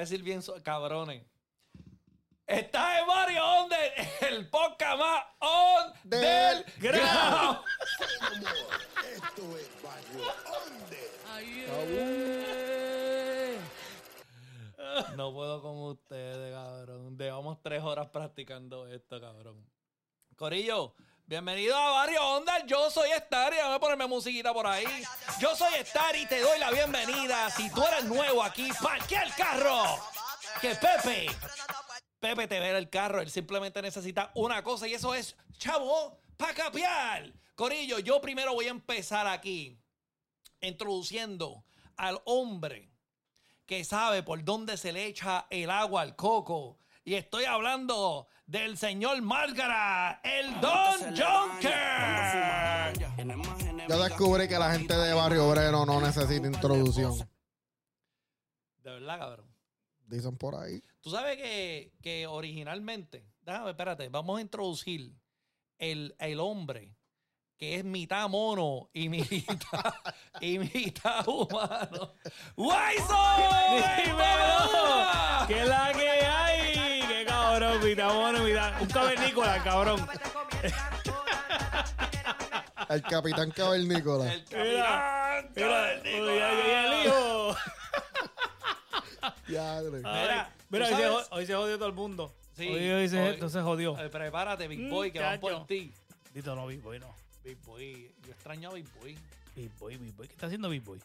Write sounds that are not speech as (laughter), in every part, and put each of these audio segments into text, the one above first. decir bien, so- cabrones. Está en Mario Onder, (laughs) el podcast más on del, Del grano. Esto es Barrio Under. No puedo con ustedes, cabrón. Llevamos tres horas practicando esto, cabrón. Corillo, bienvenido a Barrio Onda. Yo soy Star y voy a ponerme musiquita por ahí. Yo soy Star y te doy la bienvenida. Si tú eres nuevo aquí, parquea el carro. Que Pepe, Pepe te verá el carro. Él simplemente necesita una cosa y eso es, chavo, pa' capear. Corillo, yo primero voy a empezar aquí introduciendo al hombre que sabe por dónde se le echa el agua al coco. Y estoy hablando del señor Márgara, el Don Jonker. Yo descubrí que la gente de Barrio Obrero no necesita introducción. De verdad, cabrón. Dicen por ahí. Tú sabes que, que originalmente, déjame, espérate, vamos a introducir el, el hombre que es mitad mono y (laughs) mitad, y mitad humano. Dímelo. ¡Waiso! ¿Qué es la que hay? ¡Qué cabrón! Mira, bueno, mira. Un cavernícola, cabrón. El capitán cavernícola. El capitán Mira, uy, Cavernícola. ay, ay, el hijo. Diadre. Ah, Mira, Mira, ¿tú hoy se, sabes? jo- hoy se jodió todo el mundo. Sí, hoy, hoy se, hoy. esto se jodió. Eh, prepárate, Big Boy, que van por Muchacho. ti. Dito, no, Big Boy, no. Big Boy, yo extraño a Big Boy. Big Boy, Big Boy. ¿Qué está haciendo Big Boy?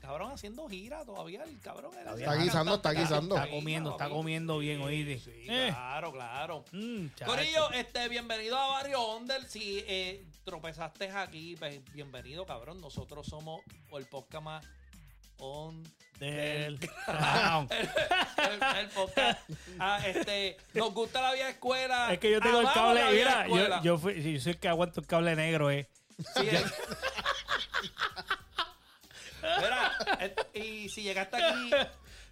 Cabrón, haciendo gira todavía, el cabrón. Está guisando, está guisando. Está comiendo, está comiendo bien, oíste. Sí, Eh. claro, claro. Mm, chacho. Corillo, este, bienvenido a Barrio Onder. Si eh, tropezaste aquí, pues, bienvenido, cabrón. Nosotros somos el podcast más on (laughs) Del (laughs) clown. el, el podcast. Ah, este, nos gusta la vieja escuela. Es que yo tengo el Amamos la cable. vieja Mira, escuela. yo, yo, fui- yo soy el que aguanto el cable negro, eh. Sí, eh. Mira, eh, y si llegaste aquí,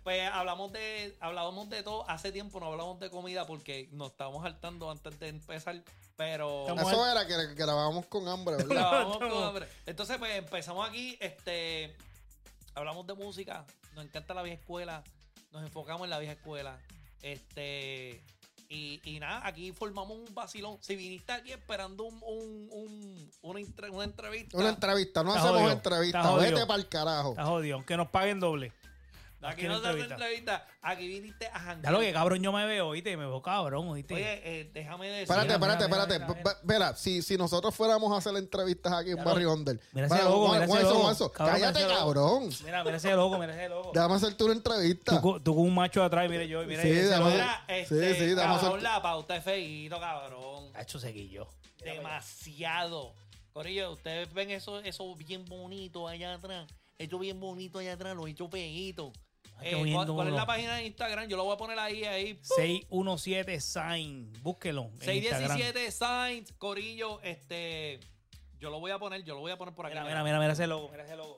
pues hablamos de, hablábamos de todo. Hace tiempo no hablamos de comida porque nos estábamos saltando antes de empezar, pero Estamos- Eso era que grabábamos con hambre, ¿verdad? grabamos con no. hambre. Entonces, pues empezamos aquí, este, hablamos de música, nos encanta la vieja escuela, nos enfocamos en la vieja escuela, este. Y, y nada, aquí formamos un vacilón. Si viniste aquí esperando un, un- un- una, entre- una entrevista. Una entrevista, no Está hacemos jodido. Está entrevistas. jodido. Vete para el carajo. Está jodido, aunque nos paguen doble. Aquí no se hace entrevista. Aquí viniste a Ya jangar. lo que cabrón yo me veo, oíste, me veo cabrón, oíste. Oye, eh, déjame decir. Espérate, mira, espérate, mira, espérate. mira, mira. Ve- Espera, si, si nosotros fuéramos a hacer entrevistas aquí en Barrio Under. Mira ese Espera, logo, Juan- mira ese Juan, eso, logo. Juan, eso. Cabrón, mira Cállate, ese logo. cabrón. Mira, mira ese loco, mira ese loco. Déjame hacerte una Tú, entrevista. co- tú con un macho atrás, mira yo, mira Sí, ese dame- loco. Mira, Sí, este, sí, dame cabrón, suerte. la pauta es feíto, cabrón. Hacho seguillo. Demasiado. Corillo, ustedes ven eso, eso bien bonito allá atrás. Hecho bien bonito allá atrás, lo he hecho feíto. Eh, Ay, qué ¿cuál, bonito, cuál es bro. la página de Instagram? Yo lo voy a poner ahí, ahí. 617 Sign. Búsquelo. en Instagram. 617 Signs, Corillo, este. Yo lo voy a poner, yo lo voy a poner por aquí. Mira, mira, mira, mira ese logo, mira ese logo.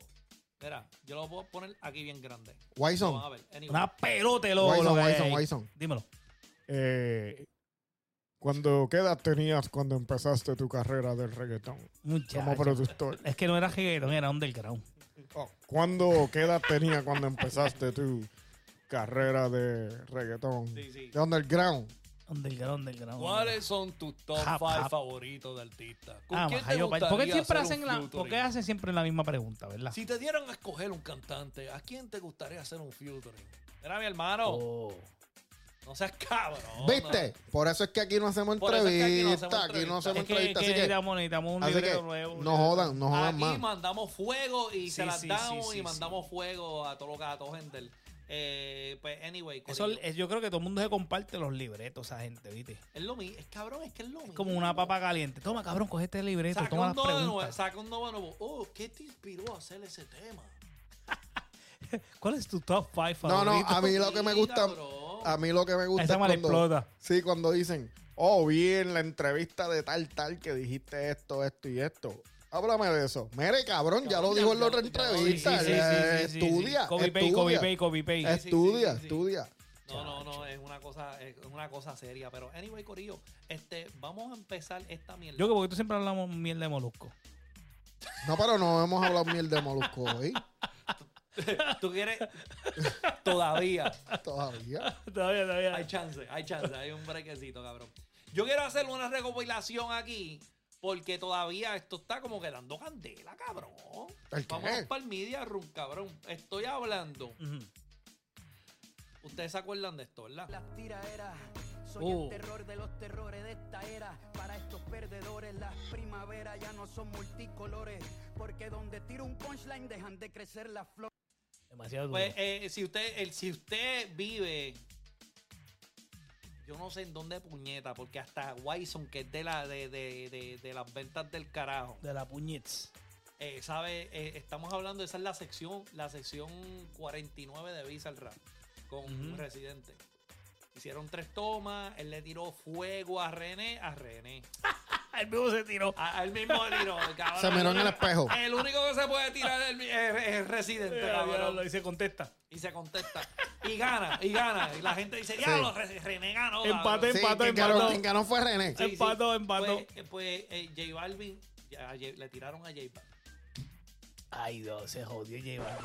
Mira, yo lo voy a poner aquí bien grande. Lo van a Wison, ver. Anyway. Una pelota de logo. Wison, lo que hay Wison, ahí. Wison. Dímelo. Eh, cuando, ¿Qué edad tenías cuando empezaste tu carrera del reggaetón como Muchacho. productor? Es que no era reggaetón, era underground. Oh, ¿Cuándo, ¿Qué edad tenías cuando empezaste tu carrera de reggaetón? Sí, sí. de Underground. Underground, underground. ¿Cuáles son tus top Hap, 5 hap. favoritos de artistas? ¿Con Ah, quién te maja, yo- gustaría ¿Por qué siempre hacer hacen un la, featuring? por qué hacen siempre la misma pregunta, verdad? Si te dieran a escoger un cantante, ¿a quién te gustaría hacer un featuring? Mira, mi hermano, Oh. no seas cabrón. ¿Viste? no. Por eso es que aquí no hacemos Por eso es que aquí no hacemos entrevistas. Aquí no entrevistas. hacemos Es que, entrevistas. que Así que, necesitamos, necesitamos un así libreto que nuevo. no jodan, no jodan Aquí más. mandamos fuego y Sí, se las sí, damos sí, sí, y sí. mandamos fuego a todos los gatos, gente. Eh, pues, anyway, Eso, corillo, es- yo creo que todo el mundo se comparte los libretos, esa gente, ¿viste? es lo mismo. Es cabrón, es que es lo mismo. Es como una papa caliente. Toma, cabrón, coge este libreto, Saca toma un, las nuevo, nuevo, preguntas. saca un nuevo nuevo. Oh, ¿qué te inspiró a hacer ese tema? ¿Cuál es tu top 5 No, favorito? no, a mí lo que me gusta. Cabrón. A mí lo que me gusta. Esa es me la cuando- explota. Sí, cuando dicen, oh, vi en la entrevista de tal, tal que dijiste esto, esto y esto. Háblame de eso. Mire, cabrón, ya lo dijo en la otra ya lo- entrevista. sí, sí, sí, sí, Eh, sí, sí. Estudia. Copy paste, estudia. copy paste, copy paste. Sí, sí, Estudia, sí, sí, sí. estudia. No, no, no, es una cosa, es una cosa seria. Pero anyway, Corillo, este, vamos a empezar esta mierda. Yo que porque tú siempre hablamos miel de molusco. No, pero no hemos hablado miel de Molusco hoy. Tú quieres. Todavía. Todavía. (laughs) Todavía, Hay todavía. chance, hay chance, hay un brequecito, cabrón. Yo quiero hacer una recopilación aquí. Porque todavía esto está como quedando candela, cabrón. ¿El qué? Vamos para el media room, cabrón. Estoy hablando. Ujú. Ustedes se acuerdan de esto, ¿verdad? Las tiraeras, soy Oh. el terror de los terrores de esta era. Para estos perdedores, las primaveras ya no son multicolores. Porque donde tiro un punchline dejan de crecer las flores. Demasiado duro. Pues eh, si usted el- si usted vive yo no sé en dónde puñeta, porque hasta Wyson, que es de, la, de, de- de- de las ventas del carajo, de la puñetz. eh, sabe, eh, estamos hablando, esa es la sección, la sección 49 de Visa al Rap, con Ujú. Residente. Hicieron tres tomas, él le tiró fuego a René, a René. El mismo se tiró. A, a él mismo le tiró, cabrón. (laughs) Se miró en el espejo. El único que se puede tirar es, el- es- es Eh, Residente, cabrón. y se contesta. y se contesta. Y gana, y gana. Y la gente dice, diablo, Re- René ganó. cabrón". Empate. Sí, Empató, quien ganó, empató. quien ganó fue René. Sí, sí. empató, empató. Pues, eh, pues, eh, J Balvin, ya, a J- le tiraron a J Balvin. Ay, Dios, se jodió llevar.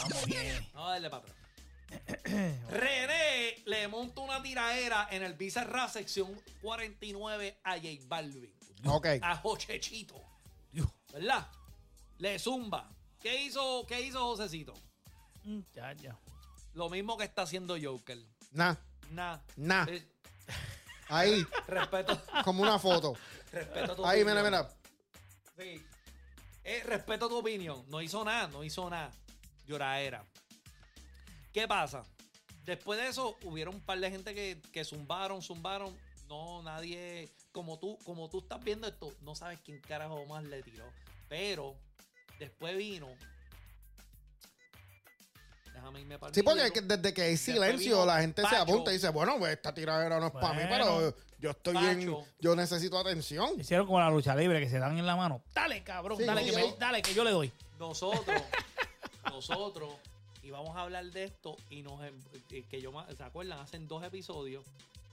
Vamos bien. No, dale para atrás. (clears throat) René le monta una tiraera en el Bizarra sección 49 a J Balvin. Ok. A Jochechito. ¿Verdad? Le zumba. ¿Qué hizo, ¿Qué hizo Josecito? Mm, Ya, ya. Lo mismo que está haciendo Joker. Nah. Nah. Nah. Eh, Ahí, respeto, como una foto. respeto a tu Ahí, mira, opinión. mira. Sí. Eh, respeto tu opinión. No hizo nada, no hizo nada. Lloradera. ¿Qué pasa? Después de eso, hubieron un par de gente que, que zumbaron, zumbaron. No, nadie. Como tú, como tú estás viendo esto, no sabes quién carajo más le tiró. Pero después vino. Déjame irme para el Sí, porque video. que- desde que hay Después silencio, vino la gente se Pacho. apunta y dice, bueno, pues, esta tiradera no es para mí, Bueno. pero yo estoy en... Pacho. Yo necesito atención. Hicieron como la lucha libre que se dan en la mano. Dale, cabrón, Sí, dale, sí, que sí. me- dale, que yo le doy. Nosotros, nosotros íbamos a hablar de esto y nos em- eh, que yo ma- se acuerdan, hacen dos episodios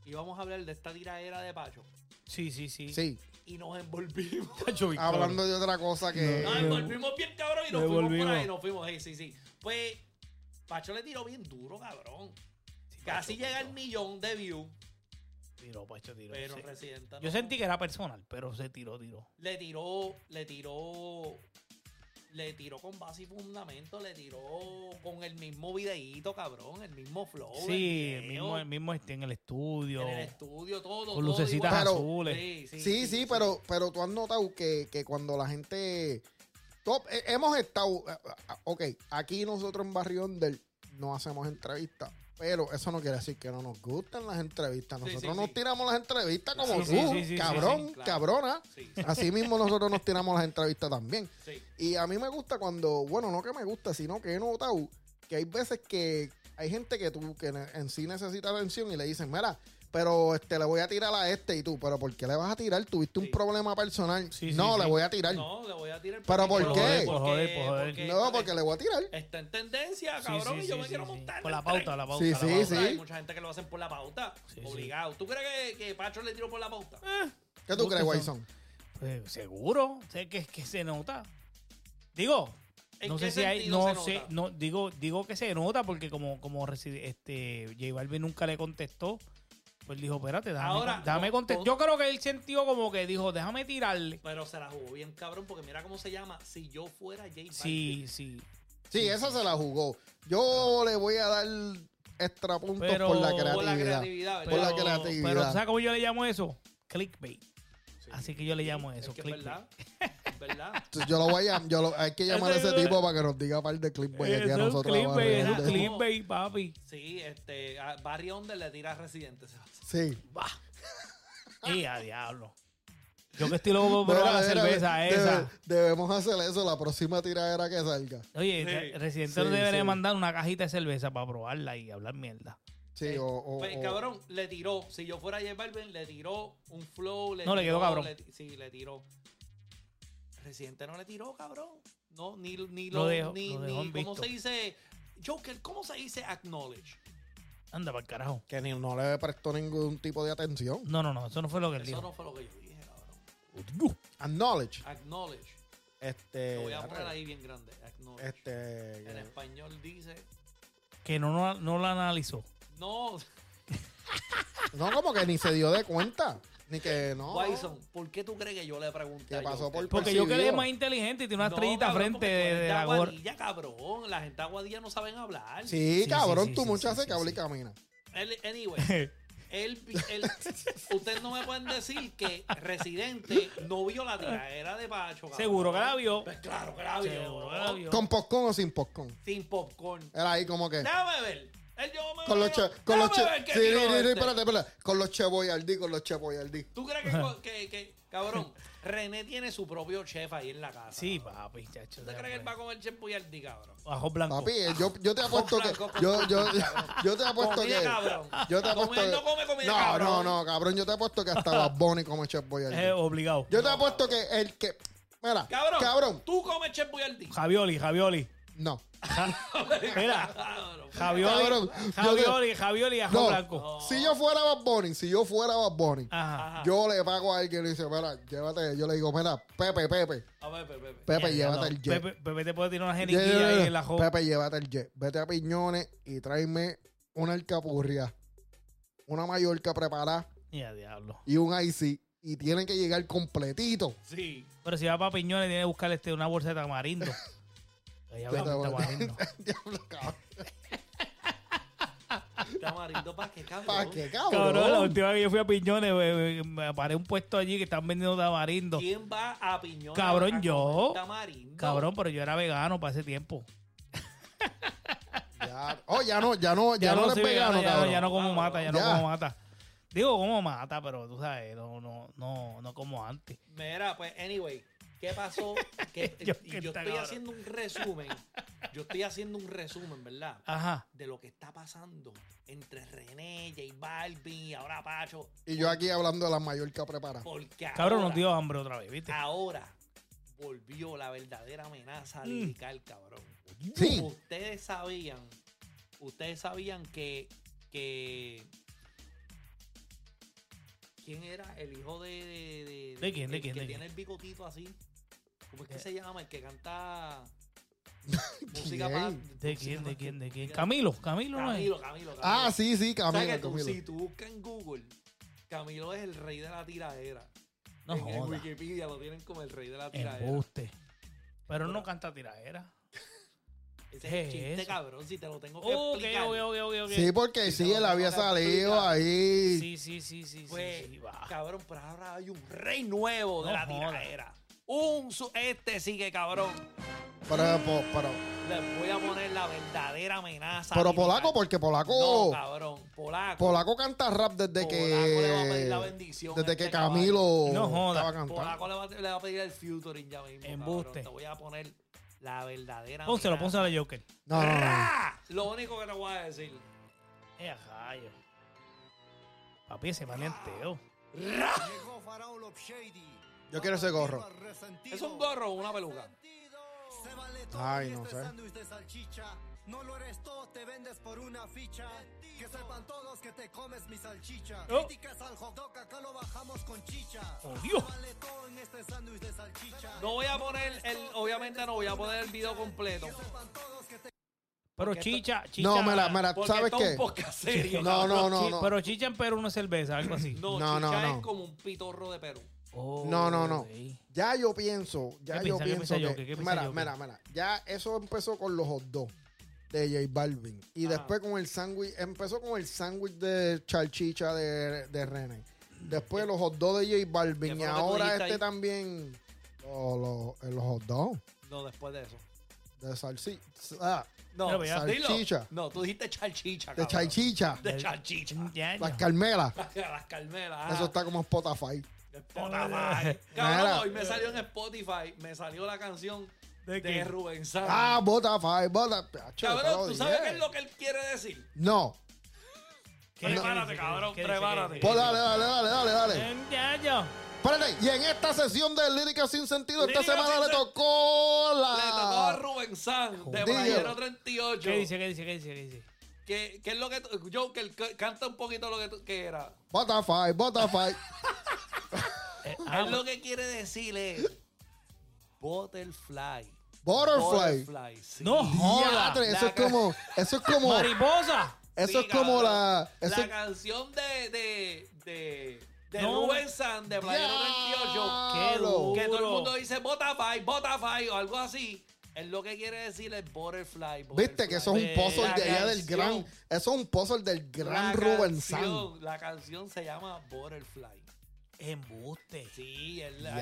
íbamos a hablar de esta tiraera de Pacho Sí, sí, sí. Sí, y nos envolvimos. Tacho, Víctor. hablando de otra cosa que... Nos No, envolvimos bien cabrón y nos Me fuimos por volvimos. ahí, nos fuimos, sí, sí, sí. Pues Pacho le tiró bien duro, cabrón. Casi llega al millón de views, Tiró, Pacho, tiró. pero sí. Residenta Yo no. sentí que era personal, pero se tiró, tiró. le tiró, le tiró, le tiró con base y fundamento, le tiró con el mismo videíto, cabrón, el mismo flow. Sí, el Oh, video. mismo, el mismo este en el estudio. En el estudio, todo. Con todo lucecitas igual. Pero- azules. Sí, sí, Sí, sí, pero, pero tú has notado que, que cuando la gente... Top, eh, hemos estado... eh, eh, Ok, aquí nosotros en Barrio Under no hacemos entrevistas, pero eso no quiere decir que no nos gusten las entrevistas. Sí, sí, Nosotros nos sí. tiramos las entrevistas como Sí, tú, sí, sí, sí, cabrón, sí, sí, claro. cabrona. Sí, sí, Así mismo nosotros nos tiramos las entrevistas también. sí. Y a mí me gusta cuando, bueno, no que me gusta, sino que he notado que hay veces que hay gente que tú que ne- en sí necesita atención y le dicen, mira, pero este le voy a tirar a este y tú, pero ¿por qué le vas a tirar? ¿Tuviste Sí. un problema personal? Sí, sí, no, le sí. voy a (laughs) tirar. No, No, le voy a tirar. ¿Pero por porque- qué? Por joder, por joder. porque le voy a tirar. Está en tendencia, Sí, cabrón, sí, y yo sí, me sí, quiero sí. montar. en Por el la tren. pauta, la pauta. Sí, la sí, pauta. sí. Hay mucha gente que lo hacen por la pauta. Sí, sí. obligado. ¿Tú crees que, que Pacho le tiró por la pauta? ¿Qué tú Gusta crees, eso. Wyson? Pues, seguro, sé que, que se nota. Digo, ¿En no qué sé si hay, sentido no se sé, nota? no digo, digo que se nota porque como como resi- este J Balvin nunca le contestó, pues dijo, espérate, déjame, Ahora, con- déjame no, no. contestar. Yo creo que él sintió como que dijo, déjame tirarle. Pero se la jugó bien, cabrón, porque mira cómo se llama. Si yo fuera J Balvin. Sí, sí. Sí, esa se la jugó. Yo le voy a dar extra puntos Pero- por la por Por creatividad. la creatividad, ¿verdad? Por la creatividad. Pero ¿sabes cómo yo le llamo eso? Clickbait. Sí. Así que yo le llamo Es eso, que es clickbait. verdad. Es verdad. Entonces, Yo lo voy a, yo lo- hay que llamar a ese Eso es- tipo para que nos diga un par de clips güey, aquí a Eso es un Pues nosotros. la clickbait, eso es un Barrio Under. clip. (laughs) clickbait, papi. Sí, este, a Barry Onder le tira a Residente. se va. Sí. Y Eh, a diablo. Yo que estoy loco por probar la Mira, mira, cerveza debe- esa. debemos hacer eso la próxima tiradera que salga. Oye, Sí. re- Residente Sí, nos debería sí. mandar una cajita de cerveza para probarla y hablar mierda. Sí, Eh, o, o- Pues, o- cabrón, le tiró. Si yo fuera J Balvin, le tiró un flow. Le No, le tiró, quedó cabrón. ti- sí, le tiró. Residente no le tiró, cabrón. No, ni, ni Lo lo, dejó- ni, lo dejó ni- en ¿cómo visto. se dice? Joker, ¿cómo se dice acknowledge? Anda para el carajo. que ni- no le prestó ningún tipo de atención. No, no, no, eso no fue lo que él Eso dijo. no fue lo que yo dije, cabrón. Acknowledge. Acknowledge. Este. Lo voy a la poner red. ahí bien grande. acknowledge. Este. En español dice. Que no, no, no la analizó. Pues No, No, como que ni se dio de cuenta. Ni que no. Wison, ¿por qué tú crees que yo le pregunté? Que pasó por Porque yo que Percibió. él es más inteligente y tiene una estrellita frente de, de la gorra. (laughs) Ya cabrón, la gente de Aguadilla no saben hablar. Sí, Sí, cabrón, sí, sí, tú sí, mucho sí, haces sí, cable y sí. camina. Él- anyway, (laughs) él, él- ustedes no me pueden decir que Residente no vio la tiradera de Pacho. cabrón. Seguro que la vio. Pues claro que la vio. Seguro que la vio. ¿Con popcorn o sin popcorn? Sin popcorn. Era ahí como que. Déjame ver. Él yo me Con los che, con los che, sí, sí, sí, este! espérate, che. espérate. Con los che boyardí, con los che boyardí. ¿Tú crees que, que, que- cabrón, René tiene su propio chef ahí en la casa? Sí, papi, chacho. ¿Tú te crees que él va a comer chef boyardí, cabrón? Ajo blanco. Papi, eh, yo, yo te apuesto que. blanco, con Yo, yo, yo te apuesto Comida, que. cabrón. Yo te Como apuesto él que. no come comida, No, cabrón. no, no, cabrón. Yo te apuesto que hasta Bad Bunny come chef Eh, boyardí. obligado. Yo te apuesto que el que. Mira, Cabrón, cabrón. tú comes chef boyardí. Javioli, Javioli. No. Mira, Cabrón. Javioli. Cabrón, yo te- Javioli, Javioli, ajo No. blanco. Ah. Si yo fuera Bad Bunny, si yo fuera Bad Bunny, Ajá. yo le pago a alguien y le dice, mira, llévate. Yo le digo, mira, Pepe, Pepe. A ver, Pepe, Pepe. Pepe, Ya, llévate no. el jet. Pepe, Pepe te puede tirar una Yeah, jeniquilla yeah, ahí yeah. en la jo. Pepe, llévate el jet. Vete a Piñones y tráeme una alcapurria, una Mallorca preparada Ya, diablo. y un IC. Y tienen que llegar completito. Sí. Pero si va para Piñones, tiene que buscar este, una bolsa de tamarindo. Ahí habla te de voy a- tamarindo. Diablo, cabrón. Tamarindo, ¿para qué, cabrón? ¿Para qué, Cabrón, la (laughs) cabrón? última vez que yo fui a Piñones, me, me paré en un puesto allí que están vendiendo tamarindo. ¿Quién va a piñón? Cabrón, a yo. comer Tamarindo. Cabrón, pero yo era vegano para ese tiempo. Ya- oh, ya no, ya no, ya, no, eres soy vegano, ya no- cabrón. Ya no como Cabrón. mata, ya, no Ya. como mata. Digo como mata, pero tú sabes, no, no, no, no como antes. Mira, pues, anyway, ¿qué (laughs) pasó? Que- Yo y que yo está estoy cabrón. haciendo un resumen. Yo estoy haciendo un resumen, ¿verdad? Ajá. De lo que está pasando entre René, J Balvin y ahora Pacho. Y yo aquí hablando de la Mallorca preparada. Porque Cabrón, ahora, nos dio hambre otra vez, ¿viste? Ah, ahora volvió la verdadera Mm. amenaza lirical, cabrón. Sí. Ustedes sabían, ustedes sabían que, que ¿quién era el hijo de de, de, ¿De quién, de el quién, que de tiene quién? el bigotito así? ¿Cómo es que Eh. se llama el que (laughs) canta música ¿Quién? pa- ¿De música quién, pa- de quién, de quién? Mira, Camilo, Camilo no es. Camilo, Camilo, Ah, sí, sí, Camilo. ¿Sabes Camilo. que tú, Camilo. si tú buscas en Google, Camilo es el rey de la tiradera. No en, en joda. Wikipedia lo tienen como el rey de la tiradera. Embuste. Pero no canta tiradera. Ese es el ¿Qué chiste, es? cabrón, si te lo tengo que Ok, explicar. ok, ok, ok, ok. Sí, porque Sí, sí, él no, había no, no, salido explica. ahí. Sí, sí, sí, sí, Pues, sí, sí, va. cabrón, pero ahora hay un rey nuevo de No la joda. tiradera. Un su- este sigue, cabrón. Pero, po- pero, Les voy a poner la verdadera amenaza. pero lirical. polaco, porque No, polaco. cabrón, polaco. Polaco canta rap desde Polaco que. le va a pedir la bendición a desde este que caballo. Camilo No joda. estaba cantando. Polaco le va, le va a pedir el featuring ya mismo. cabrón. Embuste. Te voy a poner la verdadera Pónselo, amenaza. pónselo a la Joker. No, no, no. ¡Ra! Lo único que te voy a decir. Eh, a rayo. Papi, ese Ah. maleanteo. Llegó Faraón Love Shady. Yo quiero ese gorro. ¿Es un gorro o una peluca? Se vale todo Ay, y no este sé. sándwich de salchicha. No lo eres todo, te vendes por una ficha. Que sepan todos que te comes mi salchicha. Oh. Críticas al hot dog, acá lo bajamos con chicha. ¡Oh, Dios! Se vale todo en este sándwich de salchicha. No voy a poner el. Obviamente no voy a poner el video completo. Pero Porque esto- chicha, chicha. No, mira, mira, Porque ¿sabes esto es qué? un podcast serio. No, no, no, Chi- no. Pero chicha en Perú no es cerveza, algo así. No, No, no, chicha no. es como un pitorro de Perú. No, no, no. Ok. Ya yo pienso, ya ¿Qué yo piensa, qué pienso piensa que. Joker? ¿Qué piensa mira, Joker? mira, mira. Ya eso empezó con los hot dogs de J Balvin. Y Ajá. después con el sándwich. Empezó con el sándwich de chalchicha de, de René. Después los hot dogs de J ¿Qué Balvin. Y fue lo que tú ahora dijiste este ahí? también. oh, los, los hot dogs No, después de eso. de salsi, ah, No, Pero vea, dilo. salchicha. No, tú dijiste chalchicha. de cabrón. chalchicha. De chalchicha. (laughs) Ya, Las ya. carmelas. Las carmelas. ah. Eso está como Spotify. Spotify. Mira. Cabrón, hoy me salió en Spotify. Me salió la canción de, ¿De qué? Rubén Sáenz. Ah, Spotify, Spotify. Ah, che, te lo Cabrón, ¿tú sabes dije. qué es lo que él quiere decir? No. ¿Qué dice, Prepárate, qué dice, cabrón, qué dice, prepárate. qué dice? Pues dale, dale, dale, dale, dale. Eh, Ya, ya. Espérate, y en esta sesión de Lírica Sin Sentido, esta Lírica Sin semana le Sen- tocó Le tocó a la. Rubén Sáenz de Ah. Dígalo. Playero 38. ¿Qué dice, qué dice, qué dice, qué dice? ¿Qué, qué es lo que tú- Joker, c- canta un poquito lo que, tú- que era. Spotify, Spotify. Eh, ah, Él lo que quiere decir es Butterfly. Butterfly. sí. No joda. Diatre, eso La es como, eso es como, Mariposa. eso Sí, es como cabrón. la, eso La es- canción de, de, de, de No. Rubén San de Playa Qué 38. duro. Que todo el mundo dice Butterfly, Butterfly o algo así. Es lo que quiere decir es Butterfly. viste que eso es un Ve, puzzle la de allá del canción. gran, eso es un puzzle del gran Rubén Rubén San. La canción se llama Butterfly. Embuste. Sí, es la.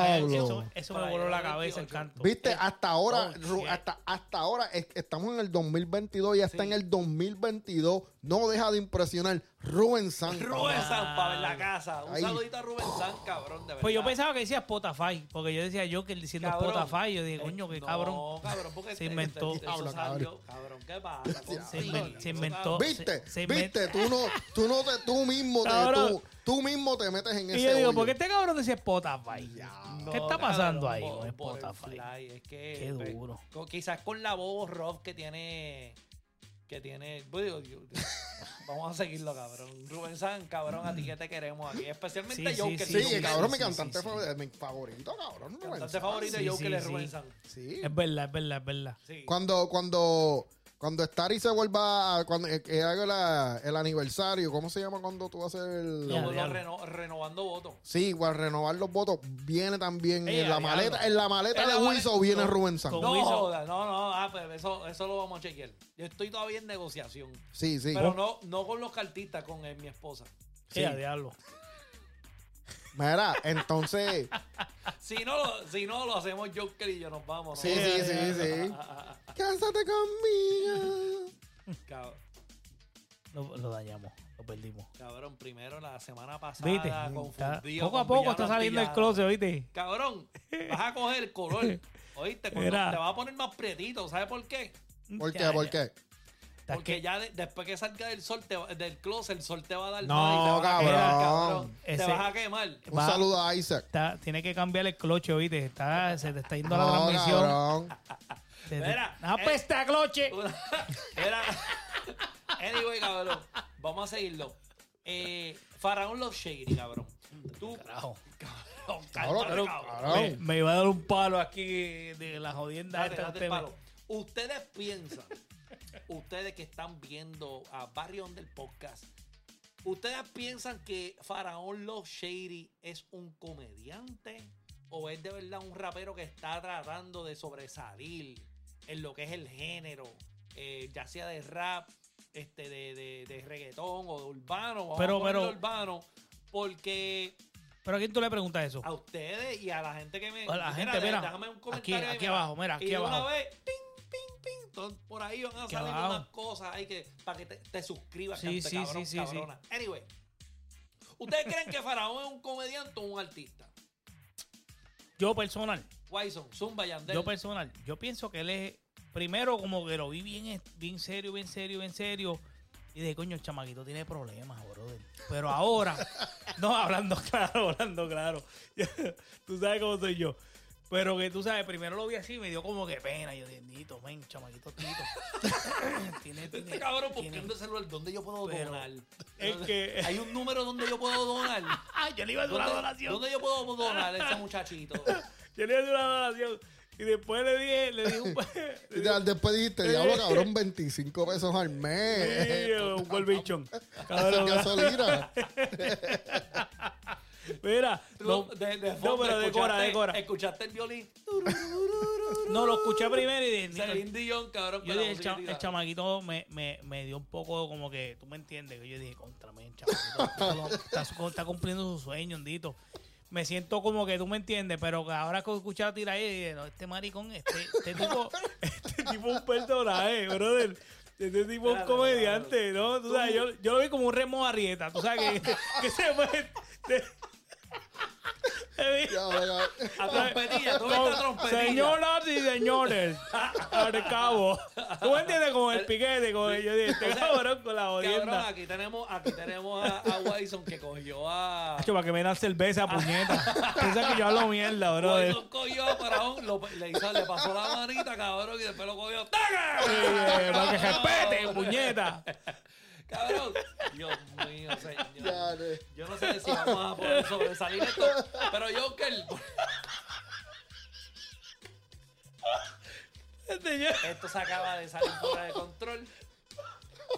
Ay, Diablo. Eso, eso me voló la cabeza el canto. Viste, hasta ahora, oh, Ru- shit. hasta, hasta ahora es- estamos en el 2022 y hasta en el 2022 no deja de impresionar Rubén San. Rubén San para ver la casa. Un Ay. saludito a Rubén San, cabrón, de verdad. Pues yo pensaba que decías Spotify, porque yo decía yo que diciendo Cabrón. Spotify, yo dije, Eh, coño, qué no, cabrón. cabrón, porque este- Se inventó. este- eso Diablo, salió, cabrón, ¿qué pasa? Se, contigo, inven- se cabrón? inventó. Viste, se- se inven- viste, tú no, tú no te, tú mismo te, Cabrón. tú, tú mismo te metes en (laughs) Y ese yo digo, hoyo. ¿por qué este cabrón decía Spotify? No, ¿Qué está pasando cabrón, ahí bo- con Butterfly, Spotify? Es que, Qué pues, duro. co- quizás con la voz rough que tiene. Que tiene. pues, digo, yo- vamos a seguirlo, cabrón. Rubén San, cabrón, a ti que te queremos aquí. Especialmente Sí, yo, sí, que Sí, soy Sí, el un cabrón, sí, mi sí, cantante sí, fa- mi favorito, cabrón. Rubén cantante San. favorito Sí, de yo sí, que le sí. Rubén San. Sí. Es verdad, es verdad, es verdad. Sí. Cuando, cuando, cuando Starry se vuelva, a- cuando eh, que haga la- el aniversario, ¿cómo se llama cuando tú haces el? Lo- lo Ya, ya. reno- renovando votos. Sí, igual renovar los votos viene también Ey, en la diablo. maleta, en la maleta En la de maleta- Wilson viene con- Rubén San. con- No, Wilson. joda, no, no, ah, pues eso, eso lo vamos a chequear. Yo estoy todavía en negociación. Sí, sí. Pero no, no con los cartistas, con eh, mi esposa. Sí, a diablo. Mira, (laughs) entonces, Si no, lo, si no lo hacemos Joker y yo nos vamos. sí, sí, sí, sí. (laughs) Cásate conmigo. Cabrón, Lo, lo dañamos, lo perdimos. cabrón, primero la semana pasada ¿Viste? Está- confundido. poco a con poco villano está saliendo el antillano. closet, ¿viste? Cabrón, vas a coger el (laughs) color. Oíste, Cuando Era. te vas a poner más prietito, ¿sabes por qué? ¿Por Ya, qué? ¿Por ya. qué? Está Porque que- ya de- después que salga del sol, te va- del closet, el sol te va a dar No, mal y te vas a cabrón. quemar, cabrón. Ese- Te vas a quemar. Un Va. saludo a Isaac. está- tiene que cambiar el cloche, ¿viste? Está, se te está yendo la No, transmisión. cabrón. Ah, Se te- Mira, ¡Ah, eh. peste a cloche! Una- Era. Anyway, cabrón. Vamos a seguirlo. Eh, Faraón Love Shady, cabrón. Tú. Carajo. Cabrón, Cabrón, cálmate, cabrón. cabrón. Me, me iba a dar un palo aquí de la jodienda Date, esta date que el usted me- palo. Ustedes piensan, (laughs) ustedes que están viendo a Barrio del podcast, ¿ustedes piensan que Faraón Love Shady es un comediante o es de verdad un rapero que está tratando de sobresalir en lo que es el género, eh, ya sea de rap, este, de, de- de reggaetón o de urbano, vamos Pero- a ponerlo pero- urbano, porque Pero a quién tú le preguntas eso? a ustedes y a la gente que me. A la gente, mira, déjame un comentario. aquí- ahí, aquí mira. abajo, mira, aquí y de Una abajo. vez, ping, ping, ping. to- por ahí van a Aquí salir abajo. unas cosas ahí que para que te, te suscribas, Sí, cante, sí, cabrón, sí, sí, sí. cabrona. Anyway, ¿ustedes creen que Faraón es un comediante o un artista? Yo personal, Wyson, Zumba Yandel. yo personal, yo pienso que él es, primero como que lo vi bien, bien serio, bien serio, bien serio, y de coño, el chamaquito tiene problemas, brother. Pero (laughs) ahora, no, hablando claro, hablando claro, (laughs) tú sabes cómo soy yo. Pero que tú sabes, primero lo vi así, me dio como que pena, yo bendito, men, chamaquito, tito. (laughs) tiene, este cabrón tiene- buscando el celular donde yo puedo Pero donar. es que- (laughs) Hay un número donde yo puedo (laughs) donar. Ah, yo le iba a hacer una ¿Dónde, donación. dónde yo puedo donar a ese muchachito? Yo le iba a hacer una donación. Y después le dije, le dije (laughs) un... Y ya Después eh. dijiste, diablo, cabrón, 25 pesos al (laughs) Sí, mes. un golbichón. Sin gasolina. Mira, Tú, (laughs) no, de- de no, fondo, pero decora, escuchaste- decora. Escuchaste el violín. No, lo escuché primero y dije, Celine Dion, cabrón. yo con la dije, el, cha- musiquita. el chamaquito me, me, me dio un poco como que, tú me entiendes, que yo dije, contra mí, el chamaquito está, su- está cumpliendo su sueño, Andito. Me siento como que tú me entiendes, pero que ahora que escuché a tirar ahí, dije, no, este maricón, este, este (laughs) tipo, este tipo es un personaje, brother. Este tipo es un Espérate, comediante, ¿no? Tú sabes, yo, yo lo vi como un remo arrieta, tú sabes que, (laughs) que se fue. (laughs) (laughs) Diablo, cabrón. A trompetilla, tú ves la trompetilla. Señoras y señores, al cabo. ¿Tú me entiendes? Con el piquete, con el, yo dije, O este sea, cabrón con la Cabrón, jodienda. aquí tenemos, aquí tenemos a, a Wyson que cogió a. Hacho, para que me dan cerveza, puñeta. (laughs) Piensa que yo hablo mierda, bro. Wyson cogió a Faraón, lo- le, hizo, le pasó la manita, cabrón, y después lo cogió. ¡Taca! Para eh, que respete, puñeta. Cabrón. Dios mío, Ya, señor. de- Yo no sé si vamos a poder sobresalir esto, pero Joker. Este Esto se acaba de salir fuera de control.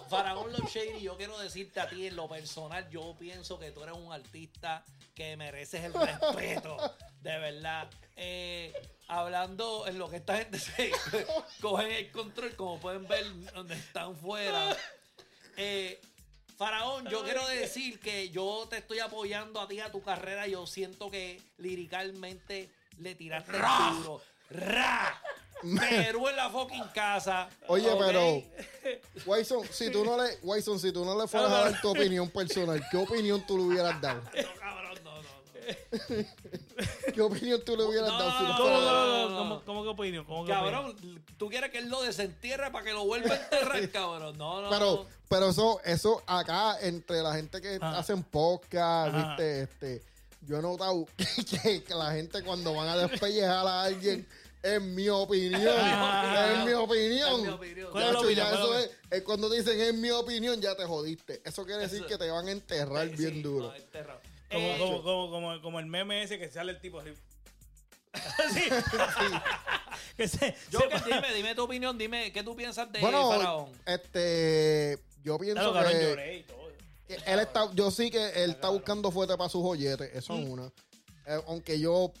Faraón Love Shady, yo quiero decirte a ti en lo personal, yo pienso que tú eres un artista que mereces el respeto, de verdad. Eh, hablando en lo que esta gente se (laughs) coge el control, como pueden ver donde están fuera. Eh, Faraón, yo quiero decir que yo te estoy apoyando a ti, a tu carrera. Yo siento que liricalmente le tiraste duro. ¡Ra! Perú en la fucking casa. Oye, ¿ok? pero Wayson, si tú no le, Wayson, si tú no le fueras a dar tu opinión personal, ¿qué opinión tú le hubieras dado? No, cabrón, no, no. no. ¿Qué opinión tú le hubieras No, dado si no no, ¿Cómo, fuera- cómo, no, no, no. cómo, cómo, cómo que opinión? ¿Cómo que opinión? Cabrón, tú quieres que él lo desentierre para que lo vuelva a (laughs) enterrar, cabrón. No, no. Pero, no. pero eso, eso acá, entre la gente que Ajá. hacen podcast, Ajá. viste, este, yo he notado (laughs) que, que la gente cuando van a despellejar a alguien, en mi opinión, Ajá. en mi Es mi opinión. opinión. ¿Cuál es la Chacho, ya Ah, opinión? eso ¿Cuál es la es, es cuando dicen en mi opinión, ya te jodiste. Eso quiere decir Eso- que te van a enterrar Sí, bien sí, duro. no, enterrado. Como, Eh, como, como, como, como el meme ese que sale el (laughs) tipo así. Sí. que se, Joker, se- dime, dime tu opinión, dime qué tú piensas de bueno, Faraón. este, yo pienso Claro, cabrón, que, lloré y todo. que Eh, él está, yo sí que él está buscando fuerte para sus joyetes, eso Mm. es una. Eh, aunque yo,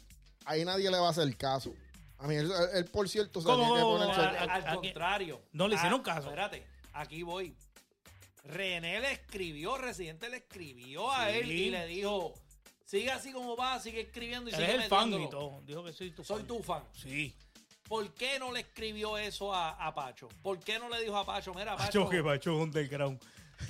ahí nadie le va a hacer caso. A mí, él, él, por cierto, se ¿Cómo, tiene que cómo, Ah, poner cómo? sobre- Al- a- al a- contrario. Ah, no le hicieron caso. Espérate, aquí voy. René le escribió, Residente le escribió a Sí. él y le dijo: sigue así como va, sigue escribiendo y Él sigue es el fan y metiéndolo. todo. Dijo que soy tu Soy fan. tu fan. Sí. ¿Por qué no le escribió eso a, a Pacho? ¿Por qué no le dijo a Pacho, mira, Pacho? Pacho, Ah, que Pacho es underground.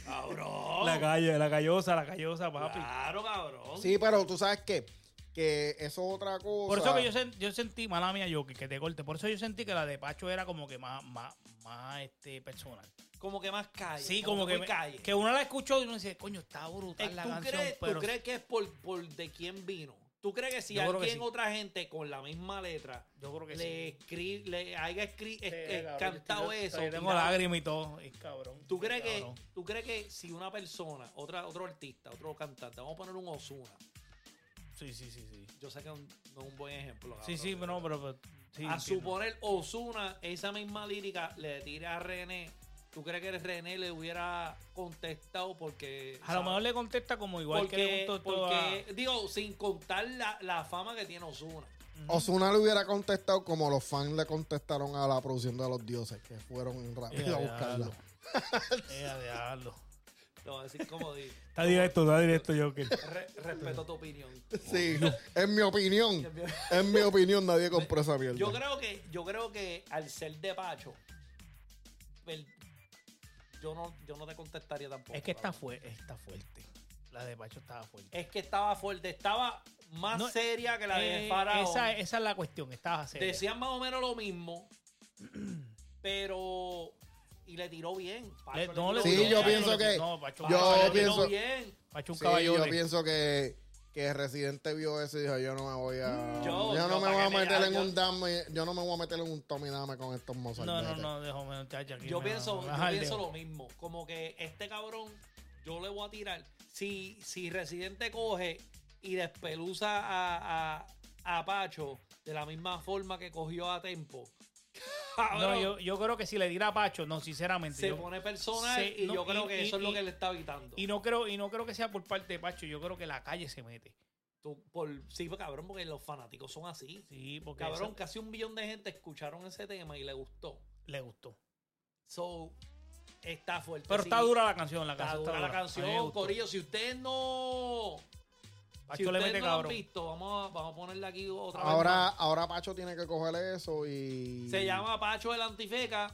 Cabrón. La calle, la callosa, la callosa, papi. Oh. Claro, ah. cabrón. Sí, pero tú sabes qué, que eso es otra cosa. Por eso que yo, sen- yo sentí, mala mía, yo que, que te corte. Por eso yo sentí que la de Pacho era como que más, más, más este, personal. Como que más calle. Sí, como que, muy me- calle. que uno la escuchó y uno dice, coño, está brutal Eh, la ¿tú, canción. crees, tú pero crees que es por, por de quién vino? ¿Tú crees que si Yo creo que alguien, sí. otra gente con la misma letra yo creo que le, sí. escri- le haya escri- es- Eh, es- cabrón, cantado yo estoy- eso? yo tengo opinado- lágrimas y todo. Es cabrón. ¿Tú crees, que, Cabrón. ¿Tú crees que si una persona, otra, otro artista, otro cantante, vamos a poner un Osuna, Sí, sí, sí, sí. yo sé que un- no es un buen ejemplo. Sí, cabrón, sí, de pero no, verdad. pero... pero- sí, a entiendo. suponer Osuna, esa misma lírica le tira a René. ¿Tú crees que René le hubiera contestado porque... A lo ¿sabes? mejor le contesta como igual porque, que le Eh, contestó (laughs) porque, a- digo, sin contar la, la fama que tiene Osuna. Osuna le hubiera contestado como los fans le contestaron a la producción de los dioses, que fueron Eh, rápido a buscarla. diablo. Eh, diablo. Te voy a decir como digo. Está directo, está directo, Joker. Re- respeto tu opinión. Sí, en mi opinión, en mi opinión, nadie compró esa mierda. Yo creo que, yo creo que al ser de Pacho, el- yo no, yo no te contestaría tampoco. Es que está, cabrón. fue- está fuerte. La de Pacho estaba fuerte. Es que estaba fuerte, estaba más No, seria que la de Eh, Faraón. esa, esa es la cuestión, estaba seria. Decían más o menos lo mismo, pero. Y le tiró bien. Pacho Le- no, le Sí, tiró tiró yo bien. Pacho, pienso le tiró- que- No, Pacho, un Pacho yo le caballote, tiró pienso- bien. Pacho, un Sí, caballote. yo pienso que, que Residente vio eso y dijo, yo no me voy a... Mm. Yo- Yo, yo no me pa' voy a que me- meter en yo- un dame, yo no me voy a meter en un Tommy Dame con estos mozos. No, no, no, déjame muchacha, aquí. Yo me- pienso, me yo jaldeo. pienso lo mismo. Como que este cabrón, yo le voy a tirar. Si, si Residente coge y despeluza a, a, a Pacho de la misma forma que cogió a Tempo, (laughs) No, cabrón, yo, yo creo que si le tira a Pacho, no, sinceramente. se yo- pone personal se- y no, yo creo y- que y- eso es lo y- que le está evitando. y no creo, y no creo que sea por parte de Pacho, yo creo que la calle se mete. Tú, por, sí, pues, cabrón, porque los fanáticos son así. Sí, porque Cabrón, eso casi un billón de gente escucharon ese tema y le gustó. le gustó. So, está fuerte. Pero Sí, está dura la canción, la Está canción. dura la A mí me canción, gustó. Corillo. Si usted no Pacho Si le ustedes mete no lo han cabrón. visto, vamos a, vamos a ponerle aquí otra vez Ahora, más. ahora Pacho tiene que coger eso y... Se llama Pacho el Antifeca.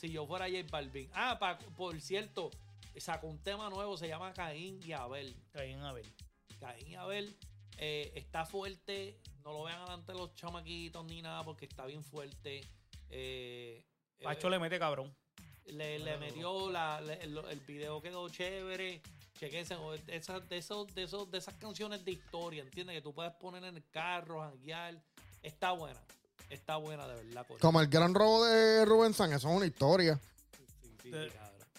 Si yo fuera J Balvin. Ah, pa- por cierto, sacó un tema nuevo, se llama Caín y Abel. Caín Abel. Eh, Caín y Abel eh, está fuerte. No lo vean adelante los chamaquitos ni nada porque está bien fuerte. Eh, Pacho eh, le mete cabrón. le, le metió la, le- el, el video quedó chévere. Chequense, o esas- de, esos, de, esos, de esas canciones de historia, ¿entiendes? Que tú puedes poner en el carro, janguear. Está buena. Está buena, de verdad. Corillo. Como el gran robo de Rubén San, eso es una historia. Sí, sí, sí, cabrón.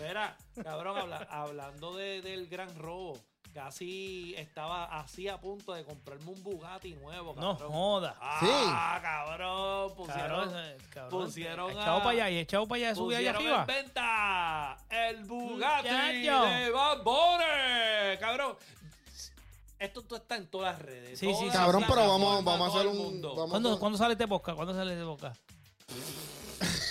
Mira, cabrón, habla- hablando de- del gran robo, casi estaba así a punto de comprarme un Bugatti nuevo, No cabrón. joda. Ah, cabrón, pusieron, Cabrón, eh, cabrón. pusieron Echado a- para allá y echado para allá, subí allá pusieron arriba. en venta el Bugatti Muchacho. de Bad Bunny, cabrón. Esto todo está en todas las redes. Sí, todas sí, sí. las Cabrón, pero vamos, plataformas, vamos a todo hacer el un. mundo. Vamos ¿Cuándo, a- ¿Cuándo sale este podcast? ¿Cuándo sale este podcast?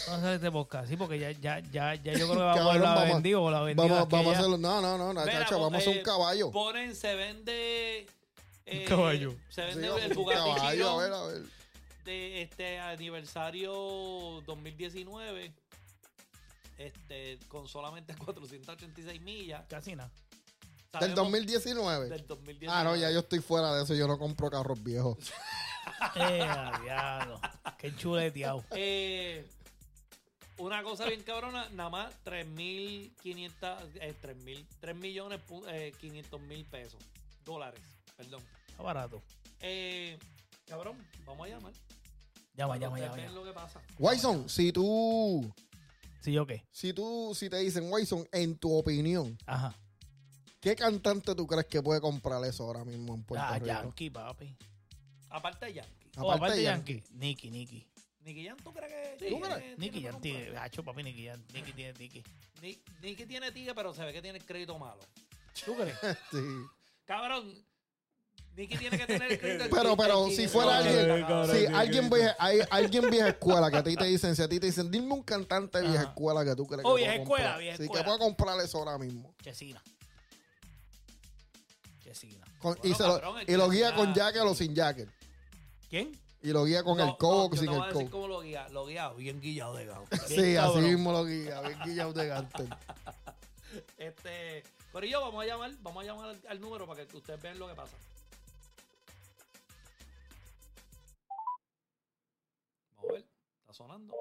¿Cuándo sale este podcast? Sí, porque ya, ya, ya, ya yo creo que vamos a Cabrón, la vamos a- vendido o la vendida Vamos, aquella. vamos a hacerlo. No, no, no, no, Mira, chacho, vamos a hacer eh, un caballo. Ponen, se vende. eh, caballo. Se Sí, vende vamos a el hacer un Bugatti caballo, a ver, Chiron a ver. de este aniversario 2019. Este, con solamente (laughs) 486 millas. Casi nada. Del Sabemos- 2019. Del 2019. Ah, no, ya yo estoy fuera de eso. Yo no compro carros (laughs) viejos. Eh, a diablo. Qué chuleteado. Eh, una cosa bien cabrona, nada más 3.500, eh, 3.000, 3 millones, pu- eh, 500 mil pesos, dólares, perdón. Está barato. Eh, cabrón, vamos a llamar. Llama, Para llama, ustedes llama. vean llama. lo que pasa. Wison, si tú. ¿Sí yo qué? Si tú. Si te dicen, Wison, en tu opinión, Ajá. ¿qué cantante tú crees que puede comprar eso ahora mismo en Puerto Ah, Rico? Yankee, papi. Oh, Aparte de Yankee. O aparte de Yankee. Nicky, Nicky. Nicky Jan, ¿tú crees que ¿Tú eh, tiene- crees? Nicky ya compra? tiene. Hacho, papi, Nicky ya. Nicky tiene Nicky. Ni- Nicky tiene tiga, pero se ve que tiene el crédito malo. ¿Tú crees? Sí. Cabrón, Nicky tiene que tener el crédito. Pero, pero, si fuera alguien. cabrón, Si sí, alguien Cristo. vieja, hay, alguien vieja escuela que a ti te dicen, si a ti te dicen, dime un cantante vieja Ajá. escuela que tú crees Oh, que vieja pueda escuela, comprar. vieja sí, escuela. que pueda comprar eso ahora mismo. Chesina. Chesina. Con- y, Bueno, se lo, cabrón, el y lo guía ya- con jacket o sin jacket. ¿Quién? Y lo guía con No, el cobo no, o yo sin te voy a el decir cobo. cómo lo guía. Lo guía bien guillado de gato. Sí, así cabrón. mismo lo guía. Bien guillado de Gantel. Este, Corillo, vamos a llamar, vamos a llamar al, al número para que ustedes vean lo que pasa. Vamos a ver, está sonando.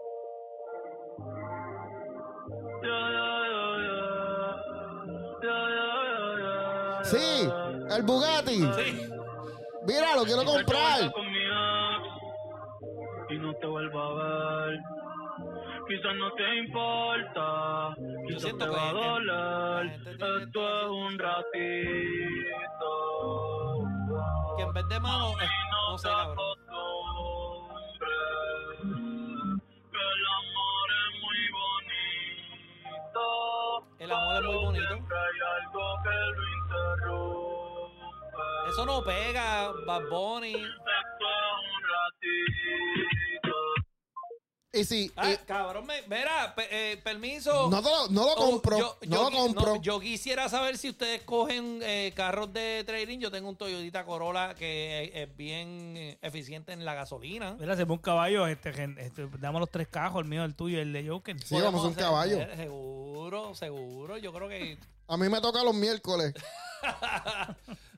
Sí, el Bugatti. Sí, Mira, lo quiero comprar. y no te vuelva a ver. Quizás no te importa, yo quizás siento te que va a la doler. gente tiene Esto es un ratito. que en vez de mano, eh, no sé, cabrón. Acostumbre, que el amor es muy bonito. El amor es muy pero bonito. siempre Hay algo que lo interrumpe. Eso no pega, Bad Bunny. Y si. Ah, y- cabrón, me, mira, pe- eh, permiso. no, te lo, no lo Oh, compro. yo- no yo lo qui- compro. no, yo quisiera saber si ustedes cogen eh, carros de trading. Yo tengo un Toyotita Corolla que es, es bien eh, eficiente en la gasolina. Mira, se pone un caballo. Este, gen- este, damos los tres cajos, el mío, el tuyo y el de Joker. Sí, vamos a un hacer- caballo. eh, Seguro, seguro. Yo creo que. A mí me toca los miércoles.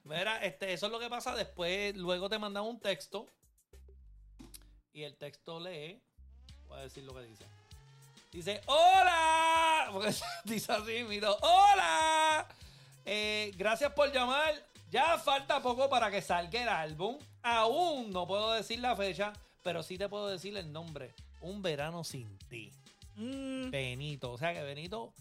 Mira, este, eso es lo que pasa después. Luego te mandan un texto. Y el texto lee. Voy a decir lo que dice. Dice: ¡Hola! Porque (laughs) dice así, mira: ¡Hola! Eh, gracias por llamar. Ya falta poco para que salga el álbum. Aún no puedo decir la fecha, pero sí te puedo decir el nombre. Un verano sin ti. Mm. Benito. O sea que Benito,